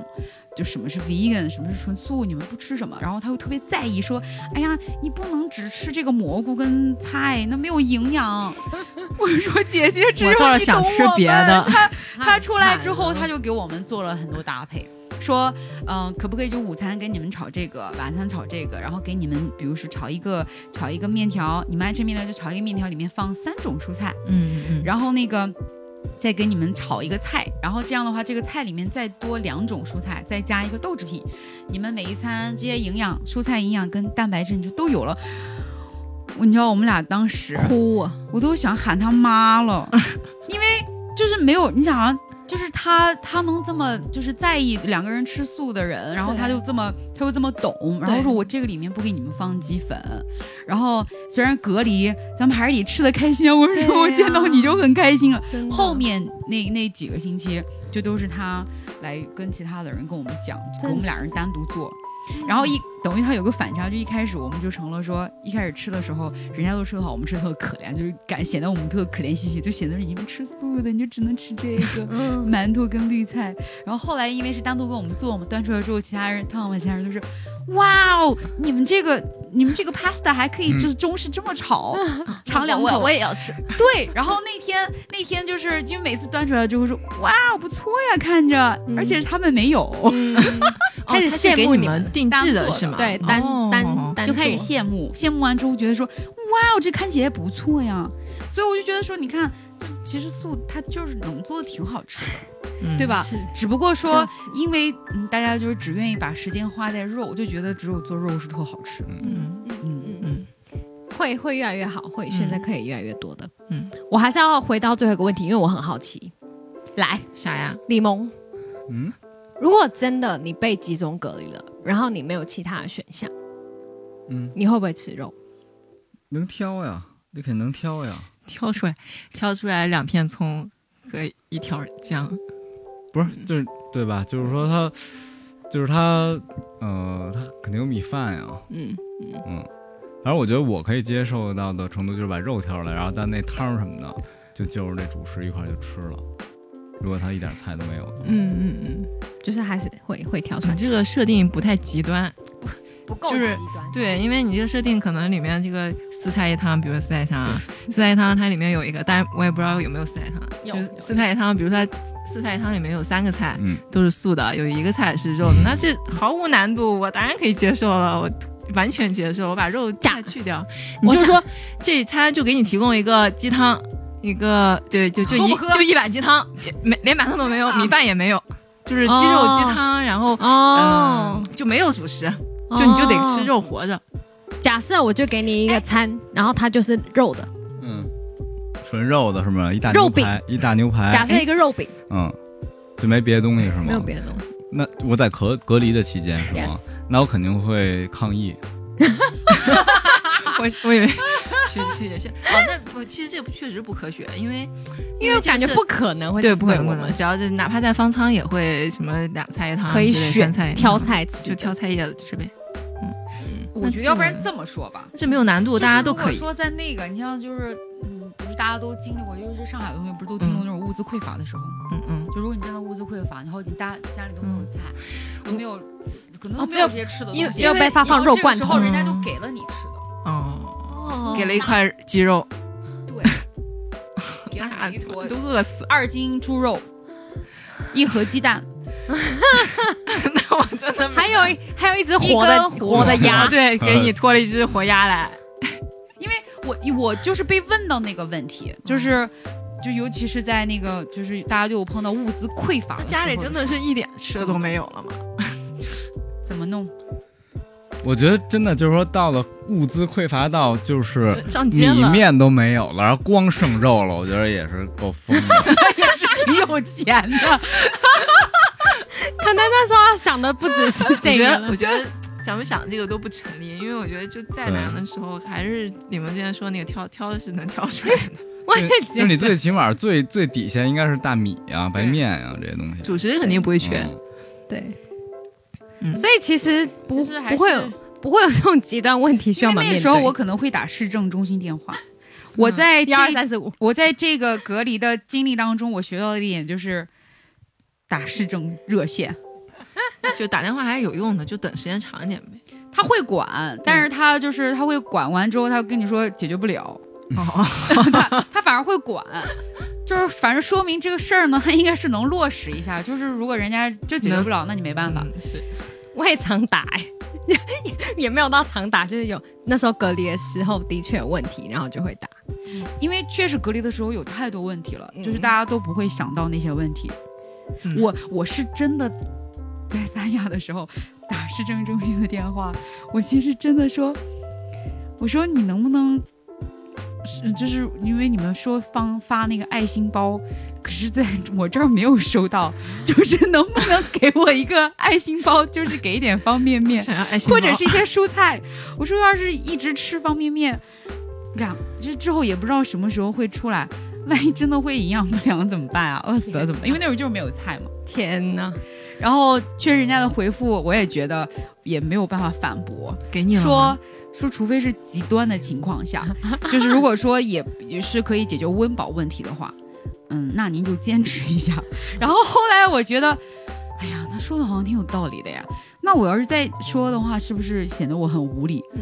Speaker 4: 就什么是 vegan，什么是纯素，你们不吃什么，然后她又特别在意，说，哎呀，你不能只吃这个蘑菇跟菜，那没有营养。 我就说姐姐，只有
Speaker 3: 我
Speaker 4: 你
Speaker 3: 倒是
Speaker 4: 懂
Speaker 3: 想吃
Speaker 4: 我
Speaker 3: 别
Speaker 4: 们
Speaker 3: 的。
Speaker 4: 他出来之后，他
Speaker 1: 就
Speaker 4: 就给我们做了很多搭配，说，嗯、可不可以就午餐给你们炒这个，晚餐炒这个，然后给你们，比如说炒一个炒一个面条，你们爱吃面条就炒一个面条，里面放三种蔬菜，
Speaker 3: 嗯嗯
Speaker 4: 然后那个。再给你们炒一个菜，然后这样的话，这个菜里面再多两种蔬菜，再加一个豆制品，你们每一餐这些营养、蔬菜营养跟蛋白质你就都有了。我你知道我们俩当时
Speaker 1: 哭啊，
Speaker 4: 我都想喊他妈 了，因为就是没有你想啊，就是他他能这么就是在意两个人吃素的人，然后他就这么他又这么懂，然后说我这个里面不给你们放鸡粉，然后虽然隔离，咱们还是得吃的开 心啊。我是
Speaker 1: 对
Speaker 4: 说
Speaker 1: 呀
Speaker 4: 我见到你就很开心了。
Speaker 1: 真的
Speaker 4: 后面那那几个星期就都是他来跟其他的人跟我们讲，就跟我们俩人单独做。然后一等于他有个反差，就一开始我们就成了说，一开始吃的时候人家都吃的好，我们吃的特可怜，就是感显得我们特可怜兮兮，就显得是你们吃素的，你就只能吃这个
Speaker 1: 嗯，
Speaker 4: 馒头跟绿菜。然后后来因为是单独给我们做，我们端出来之后，其他人烫完，其他人都是，哇哦，你们这个你们这个 pasta 还可以就是中式这么 炒，尝两口，
Speaker 3: 也要吃。
Speaker 4: 对，然后那天那天就是，就每次端出来就会说哇，不错呀，看着，
Speaker 1: 嗯
Speaker 4: 而且他们没有，
Speaker 1: 开始
Speaker 3: 哦它是
Speaker 1: 羡
Speaker 3: 给
Speaker 1: 慕
Speaker 3: 你
Speaker 1: 你们
Speaker 3: 们定制的是吗？
Speaker 1: 嗯对，单
Speaker 3: 哦
Speaker 1: 单单
Speaker 4: 就开始
Speaker 1: 做
Speaker 4: 羡慕，羡慕完之后觉得说哇，这看起来不错呀，所以我就觉得说，你看，就是其实素它就是能做的挺好吃的，
Speaker 3: 嗯
Speaker 4: 对吧？
Speaker 1: 是
Speaker 4: 只不过说
Speaker 1: 就是，
Speaker 4: 因为嗯，大家就是只愿意把时间花在肉，就觉得只有做肉是特好吃的。
Speaker 3: 嗯
Speaker 4: 嗯，
Speaker 3: 嗯
Speaker 1: 会会越来越好，会选择可以越来越多的。嗯
Speaker 3: 嗯，
Speaker 1: 我还是要回到最后一个问题，因为我很好奇，
Speaker 4: 来，
Speaker 3: 啥呀？
Speaker 1: 李萌，
Speaker 2: 嗯，
Speaker 1: 如果真的你被集中隔离了，然后你没有其他的选项，
Speaker 2: 嗯，
Speaker 1: 你会不会吃肉？
Speaker 2: 能挑呀，你肯定能挑呀。
Speaker 3: 挑出来，挑出来两片葱和一条姜，
Speaker 2: 不是，就是对吧？就是说他，就是他，呃，他肯定有米饭呀。
Speaker 1: 嗯，
Speaker 2: 嗯，反正我觉得我可以接受到的程度就是把肉挑出来，然后但那汤什么的，就就着那主食一块儿就吃了。如果他一点菜都没有的话，
Speaker 1: 嗯嗯嗯，就是还是会会挑出来
Speaker 3: 你，这个设定不太极端。
Speaker 1: 不够
Speaker 3: 就是
Speaker 1: 端，
Speaker 3: 对，因为你这个设定可能里面这个四菜一汤，比如四菜一汤啊，四菜一汤它里面有一个，但我也不知道有没有四菜一汤啊，
Speaker 1: 有
Speaker 3: 就是
Speaker 1: 有
Speaker 3: 四菜一汤，比如说它四菜一汤里面有三个菜
Speaker 2: 嗯，
Speaker 3: 都是素的，有一个菜是肉的，那这毫无难度，我当然可以接受了，我完全接受，我把肉
Speaker 1: 假
Speaker 3: 菜去掉，
Speaker 1: 我
Speaker 3: 我
Speaker 1: 想
Speaker 3: 就说这餐就给你提供一个鸡汤。一个对，就就
Speaker 4: 喝
Speaker 3: 一
Speaker 4: 不喝
Speaker 3: 就一碗鸡汤，也没连馒头都没有，米饭也没有，就是鸡肉
Speaker 1: 啊哦
Speaker 3: 鸡汤，然后
Speaker 1: 哦
Speaker 3: 嗯，，就没有主食，
Speaker 1: 哦
Speaker 3: 嗯就你就得吃。肉活着。
Speaker 1: 假设我就给你一个餐，然后它就是肉的，
Speaker 2: 嗯，纯肉的是吗？一大
Speaker 1: 肉
Speaker 2: 牛
Speaker 1: 饼
Speaker 2: 排，一大牛
Speaker 1: 假
Speaker 3: 哎
Speaker 2: 排，
Speaker 1: 设一个肉饼，
Speaker 2: 嗯，就没别的东西是吗？
Speaker 1: 没有别的东西。
Speaker 2: 那我在隔隔离的期间是
Speaker 3: 哎
Speaker 2: 吗
Speaker 1: Yes，
Speaker 2: 那我肯定会抗议。
Speaker 3: 我我以为去去也是 哦，那不，其实这不确实不科学，因为
Speaker 1: 因为我
Speaker 3: 这个
Speaker 1: 感觉
Speaker 3: 是
Speaker 1: 不可能会
Speaker 3: 对不可能
Speaker 1: 我
Speaker 3: 不能，
Speaker 1: 们
Speaker 3: 只要是哪怕在方舱也会什么两菜一汤之类，
Speaker 1: 可以
Speaker 3: 三
Speaker 1: 选
Speaker 3: 菜一汤
Speaker 1: 挑，菜
Speaker 3: 就
Speaker 1: 吃，
Speaker 3: 挑菜叶子吃呗，
Speaker 4: 嗯我觉得要不然这么说吧，
Speaker 3: 这没有难度，大家都可
Speaker 4: 就是
Speaker 3: 以
Speaker 4: 如。果说在那个，你像就是，嗯，不是大家都经历过，就是上海的同学不是都
Speaker 1: 嗯
Speaker 4: 经历过那种物资匮乏的时候吗？
Speaker 3: 嗯嗯，
Speaker 4: 就如果你真的物资匮乏，然后你家家里都没有菜，都没有，可能
Speaker 1: 嗯哦
Speaker 4: 都没
Speaker 1: 只有
Speaker 4: 有这些吃的
Speaker 3: 因
Speaker 4: 东
Speaker 3: 为
Speaker 4: 西，
Speaker 1: 只有被发放肉罐
Speaker 4: 然后
Speaker 1: 头嗯
Speaker 4: 这个时候，人家就给了你吃的，
Speaker 3: 哦，
Speaker 1: 哦
Speaker 3: 给了一块鸡肉，
Speaker 4: 给了你一坨
Speaker 3: 都饿死，
Speaker 4: 二斤猪肉，一盒鸡蛋，
Speaker 3: 那我真的 没
Speaker 1: 还有一还有一只活
Speaker 4: 一
Speaker 1: 的
Speaker 4: 根
Speaker 1: 活的
Speaker 3: 啊，
Speaker 1: 鸭，
Speaker 3: 对，给你拖了一只活鸭来，
Speaker 4: 因为我我就是被问到那个问题，就是。
Speaker 1: 嗯
Speaker 4: 就尤其是在那个，就是大家都有碰到物资匮乏的时候，
Speaker 3: 家里真的是一点吃的都没有了嘛。
Speaker 4: 怎么 弄？
Speaker 2: 我觉得真的就是说，到了物资匮乏到就是
Speaker 3: 就上街
Speaker 2: 米
Speaker 3: 了，
Speaker 2: 呃面都没有了，然后光剩肉了，我觉得也是够疯的。
Speaker 4: 挺有钱的，
Speaker 1: 可能那时候他想的不只是
Speaker 3: 我
Speaker 1: 这
Speaker 3: 觉
Speaker 1: 个
Speaker 3: 得，我
Speaker 1: 了。
Speaker 3: 觉得咱们想这个都不成立，因为我觉得就再难的时候，还是你们之前说那个挑挑的是能挑出来的。
Speaker 1: 我也
Speaker 2: 就
Speaker 1: 觉
Speaker 2: 是你
Speaker 1: 得
Speaker 2: 最起码最最底线应该是大米啊、白
Speaker 3: 对
Speaker 2: 面啊这些东西。
Speaker 3: 主持人肯定不会缺，
Speaker 2: 嗯
Speaker 1: 对，
Speaker 3: 嗯
Speaker 1: 所以其实不
Speaker 4: 其实还
Speaker 1: 不会
Speaker 4: 是
Speaker 1: 有不会有这种极端问题需要
Speaker 4: 因为
Speaker 1: 我们面
Speaker 4: 那
Speaker 1: 对。
Speaker 4: 时候我可能会打市政中心电话。我在这
Speaker 1: 一二三四五，
Speaker 4: 我在这个隔离的经历当中，我学到的一点就是打市政热线，
Speaker 3: 就打电话还是有用的，就等时间长一点呗。
Speaker 4: 他会管，但是他就是他会管完之后，他会跟你说解决不 了，
Speaker 2: 嗯
Speaker 3: 哦，
Speaker 4: 他他反而会管。就是反正说明这个事儿呢，他应该是能落实一下。就是如果人家这解决不了，那你没办法。
Speaker 3: 是
Speaker 1: 我也常打、哎 也也没有到常打，就是有那时候隔离的时候的确有问题，然后就会打。
Speaker 4: 因为确实隔离的时候有太多问题了，
Speaker 1: 嗯
Speaker 4: 就是大家都不会想到那些问题。
Speaker 3: 嗯
Speaker 4: 我我是真的在三亚的时候打市政中心的电话， 我其实真的说，我说你能不能，是就是因为你们说放发那个爱心包，可是在我这儿没有收到，就是能不能给我一个爱心包，就是给一点方便面，
Speaker 3: 想要爱心包，
Speaker 4: 或者是一些蔬菜。 我说要是一直吃方便面，两就是之后也不知道什么时候会出来，万一真的会营养不良怎么办啊？ 饿死了怎么办？因为那会儿就是没有菜嘛。
Speaker 1: 天哪，
Speaker 4: 然后确实人家的回复，我也觉得也没有办法反驳，
Speaker 3: 给你了
Speaker 4: 说
Speaker 3: 吗。
Speaker 4: 说除非是极端的情 况下，就是如果说也也是可以解决温饱问题的话，嗯，那您就坚持一下。 然后后来我觉得，哎呀，他说的好像挺有道理的呀。那我要是再说的话，是不是显得我很无理？
Speaker 1: 嗯，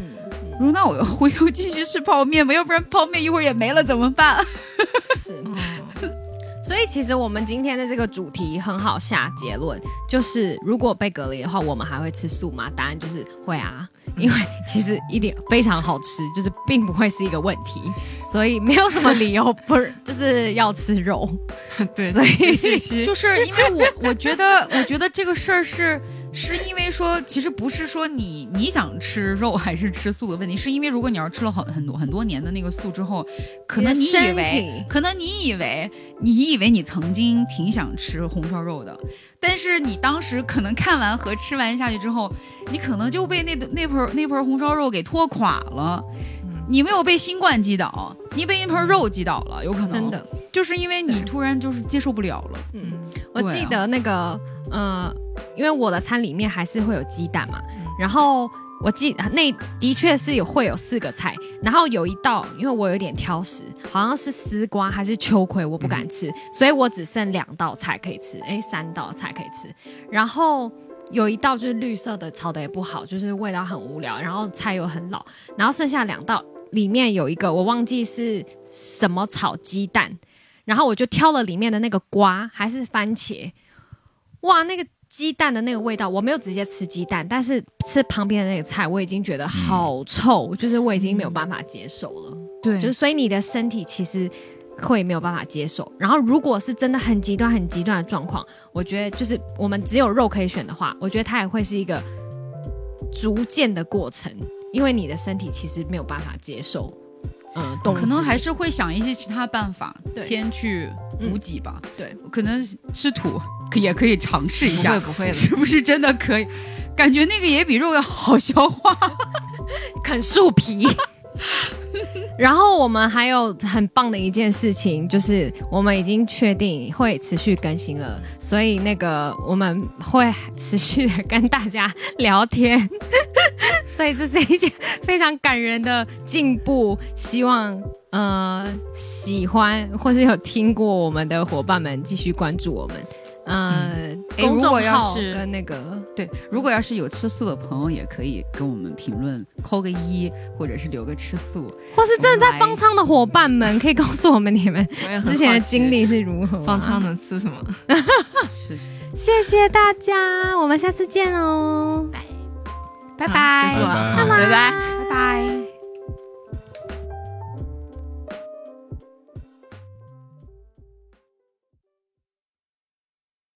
Speaker 4: 我说那我回头继续吃泡面吧，要不然泡面一会儿也没了怎么办？
Speaker 1: 是。
Speaker 3: 哦
Speaker 1: 所以其实我们今天的这个主题很好下结论，就是如果被隔离的话，我们还会吃素吗？答案就是会啊， 因为其实一点非常好吃，就是并不会是一个问题，所以没有什么理由不 就是要吃肉。
Speaker 3: 哦对，
Speaker 1: 所以
Speaker 3: 这期
Speaker 4: 就是因为我我觉得，我觉得这个事儿是是因为说，其实不是说你你想吃肉还是吃素的问题，是因为如果你要吃了很很多很多年的那个素之后，可能你
Speaker 1: 你的
Speaker 4: 以
Speaker 1: 身
Speaker 4: 为
Speaker 1: 体，
Speaker 4: 可能你以为你以为你曾经挺想吃红烧肉的，但是你当时可能看完和吃完下去之后，你可能就被那那盆那盆红烧肉给拖垮了
Speaker 3: 嗯。
Speaker 4: 你没有被新冠击倒，你被一盆肉击倒了，有可能
Speaker 1: 真，的。
Speaker 4: 就是因为你
Speaker 1: 对
Speaker 4: 突然就是接受不了了。
Speaker 3: 嗯
Speaker 1: 我
Speaker 4: 对啊
Speaker 1: 记得那个、呃，因为我的餐里面还是会有鸡蛋嘛，
Speaker 3: 嗯
Speaker 1: 然后我记那的确是有会有四个菜，然后有一道因为我有点挑食，好像是丝瓜还是秋葵，我不
Speaker 4: 嗯
Speaker 1: 敢吃，所以我只剩两道菜可以吃，诶，三道菜可以吃，然后。有一道就是绿色的，炒的也不好，就是味道很无聊，然后菜又很老，然后剩下两道里面有一个我忘记是什么炒鸡蛋，然后我就挑了里面的那个瓜还是番茄，哇，那个鸡蛋的那个味道，我没有直接吃鸡蛋，但是吃旁边的那个菜，我已经觉得好臭，就是我已经没有办法接受了，
Speaker 4: 对
Speaker 1: 就是所以你的身体其实。会没有办法接受，然后如果是真的很极端、很极端的状况，我觉得就是我们只有肉可以选的话，我觉得它也会是一个逐渐的过程，因为你的身体其实没有办法接受，嗯，动
Speaker 4: 哦可能
Speaker 1: 之
Speaker 4: 还是会想一些其他办法，
Speaker 1: 对
Speaker 4: 先去补给吧。
Speaker 1: 对，
Speaker 4: 可能吃土可也可以尝试一
Speaker 3: 不
Speaker 4: 下
Speaker 3: 会，不会的，
Speaker 4: 是不是真的可以？感觉那个也比肉要好消化。
Speaker 1: 啃树 皮。然后我们还有很棒的一件事情，就是我们已经确定会持续更新了，所以那个我们会持续的跟大家聊天， 所以这是一件非常感人的进步。希望呃喜欢或是有听过我们的伙伴们继续关注我们，呃，
Speaker 4: 诶如
Speaker 1: 公
Speaker 4: 果
Speaker 1: 众
Speaker 4: 要
Speaker 1: 号
Speaker 4: 是
Speaker 1: 跟那个
Speaker 4: 对，如果要是有吃素的朋友，也可以跟我们评论扣个一，或者是留个吃素。
Speaker 1: 或是真的在方舱的伙伴们，可以告诉我们你们
Speaker 3: 我也很
Speaker 1: 之前的
Speaker 3: 好奇
Speaker 1: 经，历是如何、啊
Speaker 3: 方舱，能吃什么？
Speaker 4: 是，
Speaker 1: 谢谢大家，我们下次见哦，
Speaker 3: 好
Speaker 4: 拜
Speaker 3: 结
Speaker 4: 拜
Speaker 3: 束，
Speaker 2: 了拜
Speaker 3: 拜拜。
Speaker 4: 啊拜拜。